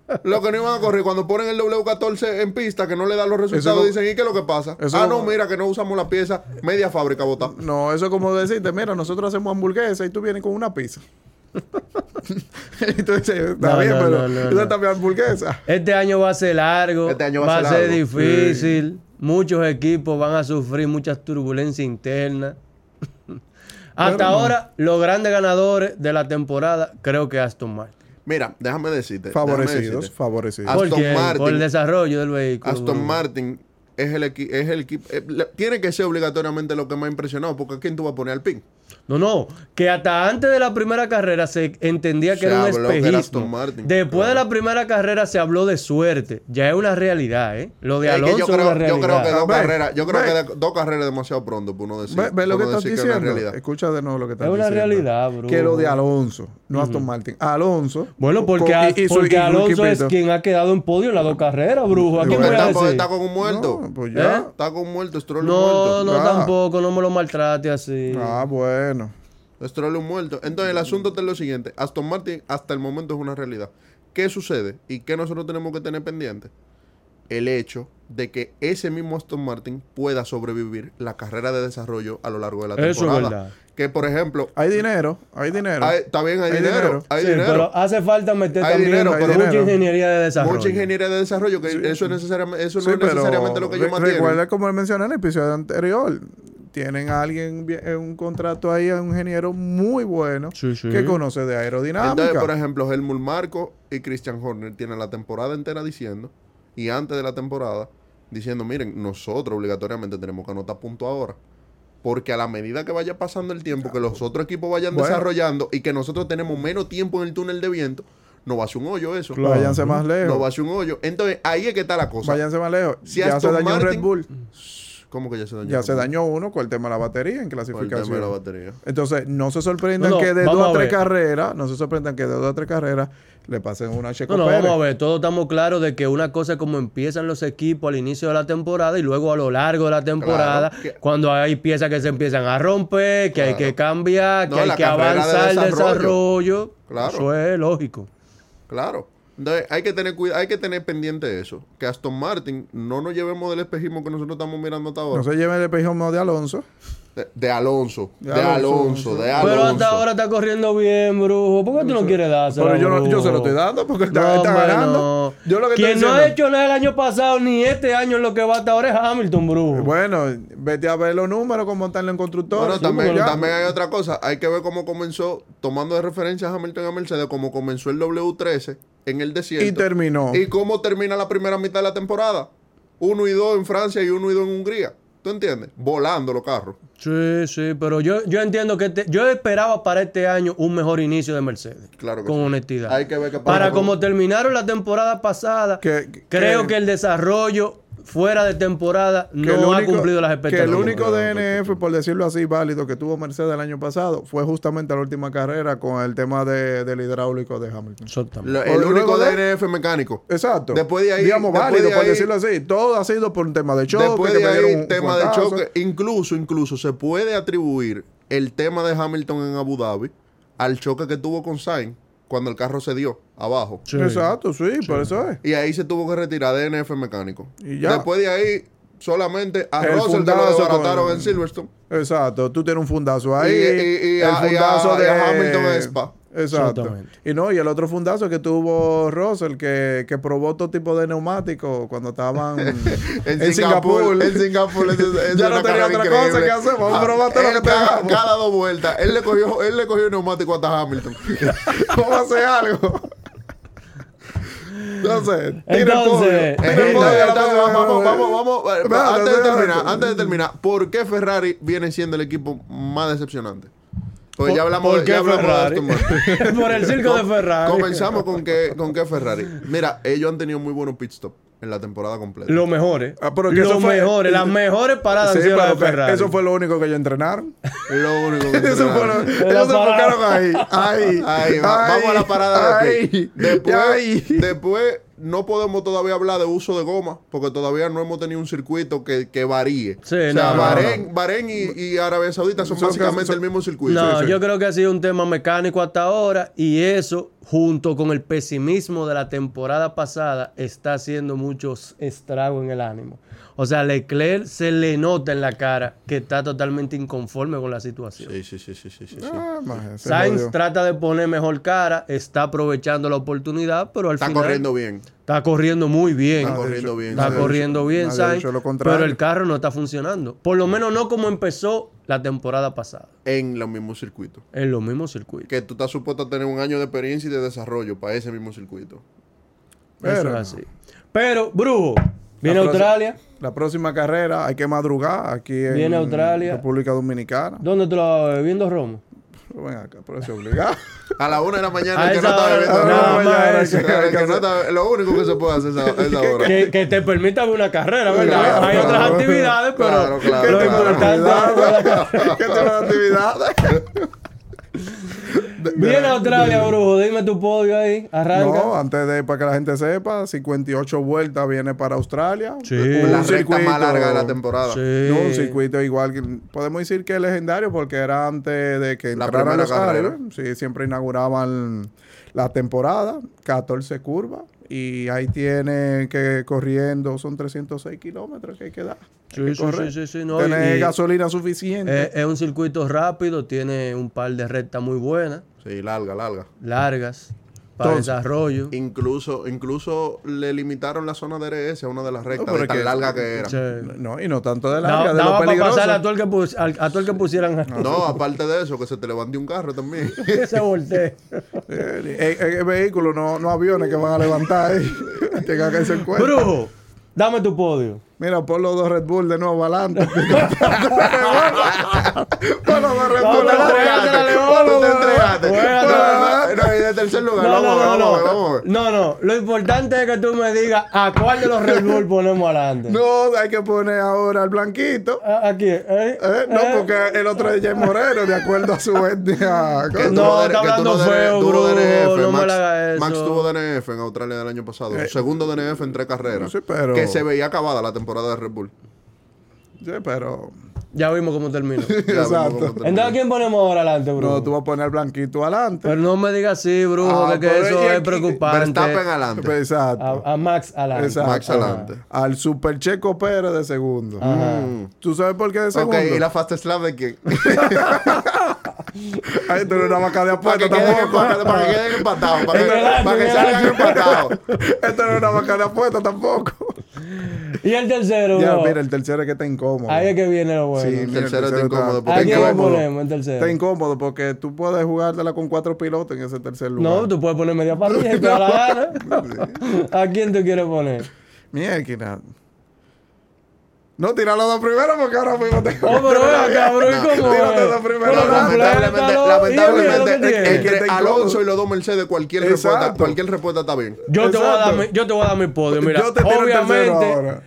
Speaker 3: correr. Lo que no iban a correr. Cuando ponen el W14 en pista, que no le dan los resultados,
Speaker 2: Eso-
Speaker 3: dicen, ¿y qué es lo que pasa?
Speaker 2: eso-
Speaker 3: ah, no, mira, que no usamos la pieza, media fábrica botada.
Speaker 2: No, eso es como decirte, mira, nosotros hacemos hamburguesa y tú vienes con una pizza. y tú dices, está
Speaker 1: No,
Speaker 2: bien,
Speaker 1: no,
Speaker 2: pero
Speaker 1: no, no,
Speaker 2: esa
Speaker 1: no.
Speaker 2: también hamburguesa.
Speaker 1: Este año va a ser largo,
Speaker 3: Este año
Speaker 1: va, a ser,
Speaker 3: largo.
Speaker 1: difícil, muchos equipos van a sufrir muchas turbulencias internas. Hasta ahora, los grandes ganadores de la temporada creo que Aston Martin.
Speaker 3: Mira, déjame decirte. déjame
Speaker 2: Favorecidos,
Speaker 3: decirte. Ah,
Speaker 2: favorecidos.
Speaker 3: Aston
Speaker 1: ¿Por qué?
Speaker 3: Martin.
Speaker 1: Por el desarrollo del vehículo.
Speaker 3: Aston
Speaker 1: Bruno.
Speaker 3: Martin es el equipo, es el equipo, eh, le- tiene que ser obligatoriamente lo que me ha impresionado, porque ¿a quién tú vas a poner al pin?
Speaker 1: No, no, que hasta antes de la primera carrera se entendía que
Speaker 3: Se
Speaker 1: era un
Speaker 3: habló que era
Speaker 1: espejismo.
Speaker 3: Aston Martin.
Speaker 1: Después de
Speaker 3: Claro.
Speaker 1: la primera carrera se habló de suerte. Ya es una realidad, ¿eh? Lo de
Speaker 3: Es que
Speaker 1: Alonso
Speaker 3: yo
Speaker 1: es
Speaker 3: creo,
Speaker 1: una
Speaker 3: yo creo que
Speaker 1: realidad.
Speaker 3: dos
Speaker 2: Ve,
Speaker 3: carreras, yo creo
Speaker 2: ve.
Speaker 3: que de- dos carreras demasiado pronto por no decir.
Speaker 2: Ve, ve lo que
Speaker 3: por no
Speaker 2: estás
Speaker 3: decir es una
Speaker 2: diciendo.
Speaker 3: realidad.
Speaker 2: Escucha de nuevo lo que estás
Speaker 1: Es una
Speaker 2: diciendo.
Speaker 1: realidad, bro.
Speaker 2: Que lo de Alonso, no Aston Martin. Alonso.
Speaker 1: Bueno, porque,
Speaker 2: con-
Speaker 1: a-
Speaker 2: y- y su-
Speaker 1: porque
Speaker 2: y Luis
Speaker 1: Alonso es
Speaker 2: Quinto.
Speaker 1: quien ha quedado en podio en las dos carreras, brujo. ¿A quién
Speaker 2: Pero
Speaker 1: voy a
Speaker 3: Está,
Speaker 1: decir?
Speaker 3: está con un muerto.
Speaker 2: No, pues ya.
Speaker 1: ¿Eh?
Speaker 3: Está con un muerto, Stroll un
Speaker 1: No,
Speaker 3: muerto.
Speaker 1: no,
Speaker 2: Ah.
Speaker 1: tampoco, no me lo maltrate así.
Speaker 2: Ah, bueno.
Speaker 3: Stroll un muerto. Entonces, el asunto es lo siguiente. Aston Martin hasta el momento es una realidad. ¿Qué sucede? ¿Y qué nosotros tenemos que tener pendiente? El hecho de que ese mismo Aston Martin pueda sobrevivir la carrera de desarrollo a lo largo de la
Speaker 1: Eso es
Speaker 3: temporada.
Speaker 1: verdad.
Speaker 3: Que, por ejemplo,
Speaker 2: Hay dinero, hay dinero.
Speaker 3: hay- está bien, hay,
Speaker 2: Hay
Speaker 3: dinero,
Speaker 2: dinero.
Speaker 3: Hay
Speaker 1: Sí,
Speaker 3: dinero.
Speaker 1: pero hace falta meter
Speaker 3: Hay
Speaker 1: también
Speaker 3: dinero,
Speaker 1: mucha
Speaker 2: pero- dinero.
Speaker 1: ingeniería de desarrollo.
Speaker 3: Mucha ingeniería de desarrollo, que eso, es necesariamente, eso
Speaker 2: Sí,
Speaker 3: no es
Speaker 2: pero
Speaker 3: necesariamente lo que yo
Speaker 2: re-
Speaker 3: mantienen.
Speaker 2: Recuerda como mencioné en el episodio anterior. Tienen a alguien, bien- eh, un contrato ahí, a un ingeniero muy bueno
Speaker 1: Sí, sí.
Speaker 2: que conoce de aerodinámica.
Speaker 3: Entonces, por ejemplo, Helmut Marco y Christian Horner tienen la temporada entera diciendo, y antes de la temporada, diciendo, miren, nosotros obligatoriamente tenemos que anotar punto ahora. Porque a la medida que vaya pasando el tiempo, que los otros equipos vayan
Speaker 2: Bueno.
Speaker 3: desarrollando y que nosotros tenemos menos tiempo en el túnel de viento, no va a ser un hoyo eso.
Speaker 1: Claro.
Speaker 2: Váyanse más
Speaker 3: No
Speaker 2: lejos.
Speaker 3: va a ser un hoyo. Entonces, ahí es que está la cosa.
Speaker 2: Váyanse más lejos.
Speaker 3: Si
Speaker 2: ya se
Speaker 3: Aston
Speaker 2: dañó
Speaker 1: Mm.
Speaker 2: un
Speaker 3: Martin-
Speaker 2: Red Bull.
Speaker 3: ¿Cómo que ya se dañó?
Speaker 2: Ya se dañó uno con el tema de la batería en
Speaker 3: Por el
Speaker 2: clasificación.
Speaker 3: tema de la batería.
Speaker 2: Entonces, no se sorprendan
Speaker 1: No, no,
Speaker 2: que de
Speaker 1: vamos
Speaker 2: dos a
Speaker 1: a
Speaker 2: tres
Speaker 1: ver.
Speaker 2: carreras, no se sorprendan que de dos a tres carreras le pasen una a Checo
Speaker 1: No, no,
Speaker 2: Pérez.
Speaker 1: vamos a ver, todos estamos claros de que una cosa es como empiezan los equipos al inicio de la temporada y luego a lo largo de la temporada,
Speaker 3: Claro, que-
Speaker 1: cuando hay piezas que se empiezan a romper, que hay que cambiar, que
Speaker 3: No,
Speaker 1: hay
Speaker 3: la
Speaker 1: que
Speaker 3: carrera de
Speaker 1: avanzar el
Speaker 3: desarrollo.
Speaker 1: desarrollo.
Speaker 3: Claro.
Speaker 1: Eso es lógico.
Speaker 3: Claro. Entonces, hay que tener cuidado, hay que tener pendiente eso. Que Aston Martin no nos llevemos del espejismo que nosotros estamos mirando hasta ahora.
Speaker 2: No se lleven el pejón de Alonso.
Speaker 3: De, de Alonso, de
Speaker 2: De
Speaker 3: Alonso,
Speaker 2: Alonso,
Speaker 3: de Alonso.
Speaker 1: Pero hasta ahora está corriendo bien, brujo. ¿Por qué tú no quieres dárselo?
Speaker 2: Pero yo, no- yo
Speaker 1: brujo?
Speaker 2: se lo estoy dando porque está,
Speaker 1: No,
Speaker 2: está
Speaker 1: hombre,
Speaker 2: ganando.
Speaker 1: no.
Speaker 2: Yo lo que estoy
Speaker 1: Quien no ha
Speaker 2: diciendo-
Speaker 1: hecho nada el año pasado ni este año en lo que va hasta ahora es Hamilton, brujo.
Speaker 2: Bueno, vete a ver los números con montarlo en constructor.
Speaker 3: Bueno, también,
Speaker 1: porque lo-
Speaker 3: también hay otra cosa. Hay que ver cómo comenzó, tomando de referencia a Hamilton y a Mercedes, cómo comenzó el W13 en el desierto.
Speaker 2: Y terminó.
Speaker 3: Y cómo termina la primera mitad de la temporada. Uno y dos en Francia y uno y dos en Hungría. ¿Tú entiendes? Volando los carros.
Speaker 1: Sí, sí, pero yo, yo entiendo que este- yo esperaba para este año un mejor inicio de Mercedes.
Speaker 3: Claro que
Speaker 1: Con
Speaker 3: sí.
Speaker 1: honestidad.
Speaker 3: Hay que ver qué pasa
Speaker 1: Para
Speaker 3: con-
Speaker 1: como terminaron la temporada pasada,
Speaker 2: Que- que-
Speaker 1: creo que el desarrollo fuera de temporada
Speaker 2: que el
Speaker 1: no ha
Speaker 2: único-
Speaker 1: cumplido las
Speaker 2: Que el
Speaker 1: expectativas.
Speaker 2: único
Speaker 3: No,
Speaker 2: DNF, por decirlo así, válido que tuvo Mercedes el año pasado fue justamente la última carrera con el tema de- del hidráulico de Hamilton.
Speaker 1: Eso también.
Speaker 3: Lo- el
Speaker 2: Luego
Speaker 3: único
Speaker 2: de-
Speaker 3: DNF mecánico.
Speaker 2: Exacto.
Speaker 3: Después de ahí-
Speaker 2: Digamos,
Speaker 3: después
Speaker 2: válido,
Speaker 3: de
Speaker 2: por
Speaker 3: ahí-
Speaker 2: decirlo así. Todo ha sido por un tema de choque.
Speaker 3: Después
Speaker 2: que
Speaker 3: de
Speaker 2: me
Speaker 3: ahí,
Speaker 2: dieron un
Speaker 3: tema de
Speaker 2: fuetazo.
Speaker 3: choque. Incluso, incluso se puede atribuir el tema de Hamilton en Abu Dhabi al choque que tuvo con Sainz cuando el carro se dio abajo.
Speaker 1: Sí.
Speaker 2: Exacto, sí, por eso es.
Speaker 3: Y ahí se tuvo que retirar DNF mecánico.
Speaker 2: Y ya.
Speaker 3: Después de ahí, solamente a
Speaker 2: El
Speaker 3: Russell que lo
Speaker 2: fundazo
Speaker 3: desbarataron
Speaker 2: con-
Speaker 3: en Silverstone.
Speaker 2: Exacto, tú tienes un fundazo ahí.
Speaker 3: Y- y- y
Speaker 2: el
Speaker 3: a- y a-
Speaker 2: fundazo
Speaker 3: y
Speaker 2: de
Speaker 3: a Hamilton en Spa.
Speaker 2: Exacto.
Speaker 1: Exactamente.
Speaker 2: Y no, y el otro fundazo que tuvo Russell, que, que probó todo tipo de neumáticos cuando estaban
Speaker 3: En, Singapur. En Singapur. ese- ese
Speaker 2: Ya
Speaker 3: es
Speaker 2: no tenía
Speaker 3: una carrera
Speaker 2: otra
Speaker 3: increíble.
Speaker 2: cosa que hacer, vamos a
Speaker 3: Ah,
Speaker 2: probar todo lo
Speaker 3: él
Speaker 2: que
Speaker 3: cada,
Speaker 2: tengamos.
Speaker 3: cada dos vueltas. Él le cogió, él le cogió el neumático hasta Hamilton.
Speaker 2: Vamos a hacer algo. Entonces, tira el podio.
Speaker 1: Entonces,
Speaker 2: Tira el
Speaker 1: entonces,
Speaker 2: podio,
Speaker 3: Entonces,
Speaker 2: la
Speaker 3: entonces,
Speaker 2: próxima
Speaker 3: vamos,
Speaker 2: vez.
Speaker 3: vamos, vamos. eh,
Speaker 2: Espérate,
Speaker 3: Antes de
Speaker 2: espérate.
Speaker 3: terminar, antes de terminar, ¿por qué Ferrari viene siendo el equipo más decepcionante? Porque ya hablamos,
Speaker 1: ¿Por
Speaker 3: de-
Speaker 1: qué
Speaker 3: ya hablamos de
Speaker 1: Ferrari?
Speaker 3: Aston Martin.
Speaker 1: Por el circo de
Speaker 3: Com-
Speaker 1: Ferrari.
Speaker 3: Comenzamos con que, con que Ferrari. Mira, ellos han tenido muy buenos pit stop en la temporada completa.
Speaker 1: Los mejores.
Speaker 2: Ah, pero que eso
Speaker 1: los
Speaker 2: fue-
Speaker 1: mejores. Las mejores paradas
Speaker 2: Sí,
Speaker 1: han sido las
Speaker 2: pero
Speaker 1: de
Speaker 2: que-
Speaker 1: Ferrari.
Speaker 2: eso fue lo único que ellos entrenaron.
Speaker 3: Lo único que
Speaker 2: Eso fue lo-
Speaker 3: entrenaron.
Speaker 2: ellos se
Speaker 1: parada.
Speaker 2: enfocaron ahí. Ahí,
Speaker 3: Ahí, va-
Speaker 2: ahí,
Speaker 3: vamos a la parada de
Speaker 2: ahí,
Speaker 3: aquí. Después,
Speaker 2: ahí.
Speaker 3: después no podemos todavía hablar de uso de goma, porque todavía no hemos tenido un circuito que, que varíe.
Speaker 1: Sí,
Speaker 3: o sea,
Speaker 1: no, no,
Speaker 3: Bahrein, Bahrein y, y Arabia Saudita son,
Speaker 2: Son-
Speaker 3: básicamente
Speaker 2: son-
Speaker 3: el mismo circuito.
Speaker 1: No,
Speaker 3: Sí, sí.
Speaker 1: yo creo que ha sido un tema mecánico hasta ahora y eso, junto con el pesimismo de la temporada pasada, está haciendo muchos estragos en el ánimo. O sea, Leclerc se le nota en la cara que está totalmente inconforme con la situación.
Speaker 3: Sí, sí, sí, sí, sí, sí, sí.
Speaker 2: Ah, maje, se
Speaker 1: Sainz
Speaker 2: jodió.
Speaker 1: trata de poner mejor cara, está aprovechando la oportunidad, pero al
Speaker 3: Está
Speaker 1: final
Speaker 3: corriendo bien.
Speaker 1: está corriendo muy bien.
Speaker 3: Está corriendo bien.
Speaker 1: Está
Speaker 3: Nadie ha
Speaker 1: corriendo bien,
Speaker 2: nadie ha
Speaker 1: Sainz,
Speaker 2: dicho lo contrario.
Speaker 1: pero el carro no está funcionando. Por lo menos no como empezó la temporada pasada,
Speaker 3: En los mismos circuitos.
Speaker 1: en los mismos circuitos.
Speaker 3: Que tú estás supuesto a tener un año de experiencia y de desarrollo para ese mismo circuito.
Speaker 1: Eso
Speaker 2: Pero-
Speaker 1: es así. Pero, brujo, viene
Speaker 2: La próxima-
Speaker 1: Australia.
Speaker 2: La próxima carrera hay que madrugar aquí en
Speaker 1: Viene Australia.
Speaker 2: República Dominicana.
Speaker 1: ¿Dónde te lo vas a beber? Viendo Romo.
Speaker 2: Pero ven acá, pero se obliga.
Speaker 3: A la una de la mañana,
Speaker 1: A
Speaker 3: el que no
Speaker 1: esa
Speaker 3: está
Speaker 1: hora,
Speaker 3: bebiendo
Speaker 1: nada
Speaker 3: nada.
Speaker 1: más
Speaker 2: mañana,
Speaker 1: eso.
Speaker 2: hay que- hay
Speaker 3: El
Speaker 2: que
Speaker 3: que no
Speaker 2: hacer-
Speaker 3: está- Lo único que se puede hacer es a esa hora.
Speaker 1: Que, que te permita ver una carrera, ¿verdad?
Speaker 2: Claro,
Speaker 1: Hay
Speaker 2: claro.
Speaker 1: otras actividades, pero
Speaker 3: Claro, claro,
Speaker 1: lo
Speaker 3: claro.
Speaker 1: importante es la carrera.
Speaker 2: ¿Qué tipo de actividades?
Speaker 1: Viene Australia, brujo. Dime tu podio ahí. Arranca.
Speaker 2: No, antes de para que la gente sepa, 58 vueltas viene para Australia.
Speaker 1: Sí.
Speaker 2: Un
Speaker 3: La recta
Speaker 2: circuito-
Speaker 3: más larga de la temporada.
Speaker 1: Sí.
Speaker 2: No, un circuito igual que podemos decir que es legendario porque era antes de que
Speaker 3: La
Speaker 2: entraran
Speaker 3: primera
Speaker 2: los
Speaker 3: carrera.
Speaker 2: árabes. Sí, siempre inauguraban la temporada, 14 curvas y ahí tiene que corriendo son 306 kilómetros que hay que dar.
Speaker 1: Sí,
Speaker 2: Hay que
Speaker 1: sí,
Speaker 2: correr.
Speaker 1: sí, sí, sí, no,
Speaker 2: Tener
Speaker 1: y- y-
Speaker 2: gasolina suficiente.
Speaker 1: Es, es un circuito rápido, tiene un par de rectas muy buenas,
Speaker 3: Sí, larga, larga.
Speaker 1: largas, para
Speaker 2: Entonces,
Speaker 1: desarrollo.
Speaker 3: Incluso, incluso le limitaron la zona de RS a una de las rectas,
Speaker 2: No, pero
Speaker 3: de
Speaker 2: es
Speaker 3: tan
Speaker 2: que-
Speaker 3: larga que era.
Speaker 1: Sí.
Speaker 2: no, y no tanto
Speaker 1: Da-
Speaker 2: de larga, de
Speaker 1: daba
Speaker 2: lo
Speaker 1: para pasar a
Speaker 2: peligroso.
Speaker 1: todo el que, pus- al- a todo el que pusieran
Speaker 3: No, aparte de eso, que se te levantó un carro también.
Speaker 1: ese volteo.
Speaker 2: Eh, eh, eh, vehículos, no, no aviones que van a levantar ahí. Tenga que hacer cuenta.
Speaker 1: Brujo, dame tu podio.
Speaker 2: Mira, pon los dos Red Bull de nuevo adelante. pon los dos Red
Speaker 1: No,
Speaker 2: Bull
Speaker 1: te
Speaker 2: adelante.
Speaker 1: entregaste la León,
Speaker 2: Pon los
Speaker 1: bro.
Speaker 2: dos Red Bull.
Speaker 1: Juégatela.
Speaker 3: No, y de tercer lugar,
Speaker 1: No, no,
Speaker 3: vamos a ver,
Speaker 1: no,
Speaker 3: vamos a
Speaker 1: no,
Speaker 3: ver, vamos a
Speaker 1: no.
Speaker 3: ver.
Speaker 1: No, no. Lo importante es que tú me digas a cuál de los Red Bull ponemos adelante.
Speaker 2: No, hay que poner ahora al blanquito.
Speaker 1: A- Aquí. eh,
Speaker 2: Eh, no,
Speaker 1: eh.
Speaker 2: porque el otro es Jay Moreno, de acuerdo a su etnia.
Speaker 3: Que tú
Speaker 1: No, está
Speaker 3: eres- que tú
Speaker 1: hablando
Speaker 3: eres-
Speaker 1: feo,
Speaker 3: tú
Speaker 1: bro,
Speaker 3: DNF,
Speaker 1: no me
Speaker 3: Max,
Speaker 1: le hagas eso. Eh,
Speaker 3: Max tuvo DNF en Australia del año pasado. segundo DNF en tres carreras.
Speaker 2: Sí, pero-
Speaker 3: Que se veía acabada la temporada de Red Bull.
Speaker 2: Sí, pero.
Speaker 1: Ya vimos cómo terminó.
Speaker 3: Ya vimos cómo
Speaker 2: Exacto.
Speaker 3: terminó.
Speaker 1: Entonces, ¿a quién ponemos ahora adelante, Brujo?
Speaker 2: No, tú vas a poner al blanquito adelante.
Speaker 1: Pero no me digas así, Brujo,
Speaker 2: Ah,
Speaker 1: de que
Speaker 2: pero
Speaker 1: eso
Speaker 2: y
Speaker 1: es
Speaker 2: aquí-
Speaker 1: preocupante.
Speaker 3: Verstappen adelante.
Speaker 2: Exacto.
Speaker 1: A, a Max adelante.
Speaker 2: Exacto.
Speaker 3: Max adelante.
Speaker 2: Al Super Checo Pérez de segundo.
Speaker 1: Ajá.
Speaker 3: Mm.
Speaker 2: ¿Tú sabes por qué de segundo?
Speaker 3: Ok, ¿y la Fast Slap de quién?
Speaker 2: Ay, tú Ah, no eres una vaca de
Speaker 3: para, que
Speaker 2: apuesta
Speaker 3: queden,
Speaker 2: tampoco.
Speaker 3: empa- para que queden empatados. Para
Speaker 1: Es
Speaker 3: que,
Speaker 1: verdad,
Speaker 3: para que
Speaker 1: es
Speaker 3: salgan empatados.
Speaker 2: Esto no es una vaca de apuesta tampoco.
Speaker 1: Y el tercero,
Speaker 2: ya,
Speaker 1: Brujo.
Speaker 2: mira, el tercero es que está incómodo.
Speaker 1: Ahí es que viene lo
Speaker 2: Sí,
Speaker 1: bueno.
Speaker 2: mira,
Speaker 3: tercero está incómodo,
Speaker 1: ¿A
Speaker 3: porque
Speaker 1: quién
Speaker 3: hay
Speaker 1: le
Speaker 3: que ver-
Speaker 1: ponemos el tercero?
Speaker 2: Está incómodo porque tú puedes jugártela con cuatro pilotos en ese tercer lugar.
Speaker 1: No, tú puedes poner media parrilla y te da la gana. ¿A quién tú quieres poner?
Speaker 2: Mierda. No, tira los dos primero porque ahora mismo te.
Speaker 1: Oh, pero ven acá, bro, ¿y cómo?
Speaker 2: Tírate
Speaker 1: es?
Speaker 2: la primera,
Speaker 1: Pero
Speaker 2: no,
Speaker 1: complétalo, y
Speaker 3: Lamentablemente,
Speaker 1: mira lo que
Speaker 3: lamentablemente,
Speaker 1: tiene.
Speaker 2: que
Speaker 3: entre
Speaker 2: está
Speaker 3: Alonso
Speaker 2: incómodo.
Speaker 3: y los dos Mercedes, cualquier
Speaker 2: Exacto.
Speaker 3: respuesta, cualquier respuesta está bien.
Speaker 1: Yo te, voy a dar mi,
Speaker 2: Exacto.
Speaker 1: yo te voy a dar mi podio. Mira,
Speaker 2: yo te tiro el tercero
Speaker 1: obviamente,
Speaker 2: ahora.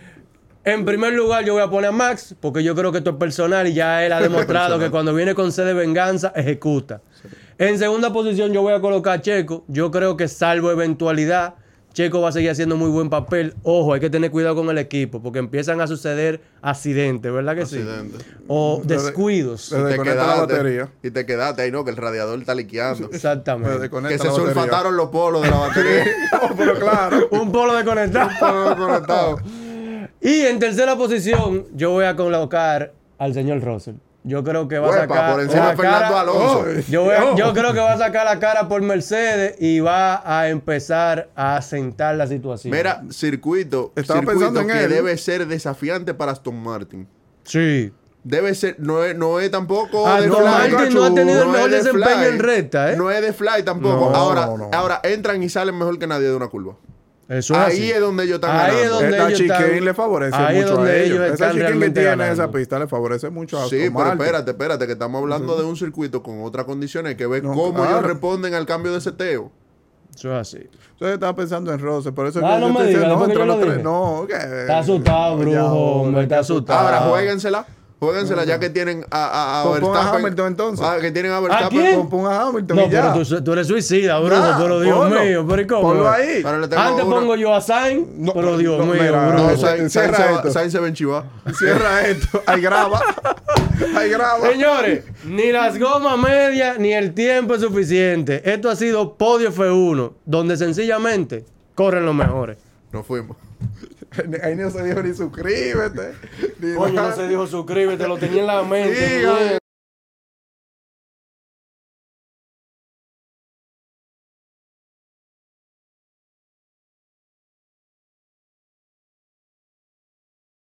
Speaker 1: en primer lugar, yo voy a poner a Max, porque yo creo que esto es personal y ya él ha demostrado que cuando viene con sed de venganza, ejecuta. En segunda posición, yo voy a colocar a Checo. Yo creo que, salvo eventualidad, Checo va a seguir haciendo muy buen papel. Ojo, hay que tener cuidado con el equipo, porque empiezan a suceder accidentes, ¿verdad que
Speaker 3: Accidentes.
Speaker 1: sí? O descuidos.
Speaker 2: Pero-
Speaker 3: Te
Speaker 2: Desconecta la
Speaker 3: quedaste,
Speaker 2: batería.
Speaker 3: Y te quedaste ahí, no, que el radiador está liqueando.
Speaker 2: Me
Speaker 1: Exactamente.
Speaker 2: desconecta
Speaker 3: Que se
Speaker 2: la batería.
Speaker 3: sulfataron los polos de la batería.
Speaker 2: No, pero claro.
Speaker 1: Un polo desconectado.
Speaker 2: Todo desconectado.
Speaker 1: Y en tercera posición, yo voy a colocar al señor Russell. Yo creo que va a
Speaker 3: Uepa,
Speaker 1: sacar.
Speaker 3: por encima
Speaker 1: la
Speaker 3: de Fernando Alonso.
Speaker 1: Yo, voy a-
Speaker 2: Oh.
Speaker 1: yo creo que va a sacar la cara por Mercedes y va a empezar a asentar la situación.
Speaker 3: Mira, circuito,
Speaker 2: Estaba
Speaker 3: circuito
Speaker 2: pensando en
Speaker 3: que
Speaker 2: él.
Speaker 3: debe ser desafiante para Aston Martin.
Speaker 1: Sí.
Speaker 3: Debe ser, no es, no es tampoco.
Speaker 1: Ah,
Speaker 3: de
Speaker 1: no, Martin no ha tenido el mejor
Speaker 3: es de
Speaker 1: desempeño en recta, ¿eh?
Speaker 3: No es de fly tampoco.
Speaker 2: No,
Speaker 3: ahora,
Speaker 2: no, no.
Speaker 3: ahora entran y salen mejor que nadie de una curva.
Speaker 1: Eso es
Speaker 3: Ahí
Speaker 1: así.
Speaker 3: es donde ellos están
Speaker 1: Ahí es
Speaker 3: ganando.
Speaker 1: donde
Speaker 2: la
Speaker 1: ellos
Speaker 2: chiquín
Speaker 1: están-
Speaker 2: le favorece
Speaker 1: ahí es
Speaker 2: mucho
Speaker 1: donde
Speaker 2: a ellos.
Speaker 1: ellos
Speaker 2: Esa
Speaker 1: están
Speaker 2: chiquín que
Speaker 1: realmente
Speaker 2: tiene
Speaker 1: ganando.
Speaker 2: esa pista le favorece mucho a
Speaker 3: Sí,
Speaker 2: Aston
Speaker 3: pero
Speaker 2: Martin.
Speaker 3: espérate, espérate, que estamos hablando de un circuito con otras condiciones. Hay que ver
Speaker 2: No,
Speaker 3: cómo
Speaker 2: claro.
Speaker 3: ellos responden al cambio de seteo.
Speaker 1: Eso es así.
Speaker 2: Entonces estaba pensando en Rose, por eso es
Speaker 1: Ah,
Speaker 2: que
Speaker 1: no
Speaker 2: yo
Speaker 1: me
Speaker 2: te decía,
Speaker 1: digas, después
Speaker 2: no,
Speaker 1: que
Speaker 2: entre
Speaker 1: yo
Speaker 2: los
Speaker 1: lo
Speaker 2: tres,
Speaker 1: dije.
Speaker 2: no, que...
Speaker 1: Está asustado,
Speaker 2: Ya,
Speaker 1: brujo,
Speaker 2: hombre,
Speaker 1: hombre, está
Speaker 3: Ahora,
Speaker 1: Ah.
Speaker 3: juéguensela. Juéguensela ya que tienen a, a, a
Speaker 2: Pues pon a
Speaker 3: Verstappen.
Speaker 2: Hamilton, entonces.
Speaker 3: Ah, que tienen a Verstappen.
Speaker 1: quién?
Speaker 2: Pon- Pon a Hamilton
Speaker 1: No,
Speaker 2: este y ya.
Speaker 1: pero tú, tú eres suicida, brujo.
Speaker 2: Ah,
Speaker 1: pero Dios
Speaker 2: ponlo.
Speaker 1: mío, pero ¿y cómo?
Speaker 2: Ponlo ahí.
Speaker 3: Ahora le tengo
Speaker 1: Antes
Speaker 3: una-
Speaker 1: Ah, pongo yo a Sainz,
Speaker 2: No,
Speaker 1: pero Dios
Speaker 2: no,
Speaker 1: mío,
Speaker 2: mira,
Speaker 1: brujo.
Speaker 3: No,
Speaker 2: Sainz-
Speaker 3: Sainz,
Speaker 2: Cierra
Speaker 3: Sainz se va-
Speaker 2: esto.
Speaker 3: Sainz se va en chivar.
Speaker 2: Cierra esto. Ahí graba. Ahí graba.
Speaker 1: Señores, ni las gomas medias ni el tiempo es suficiente. Esto ha sido Podio F1, donde sencillamente corren los mejores.
Speaker 3: Nos fuimos.
Speaker 2: Ahí no se dijo ni suscríbete. ni
Speaker 1: Coño, no
Speaker 2: nada.
Speaker 1: se dijo suscríbete, lo tenía en la mente.
Speaker 2: Dígame.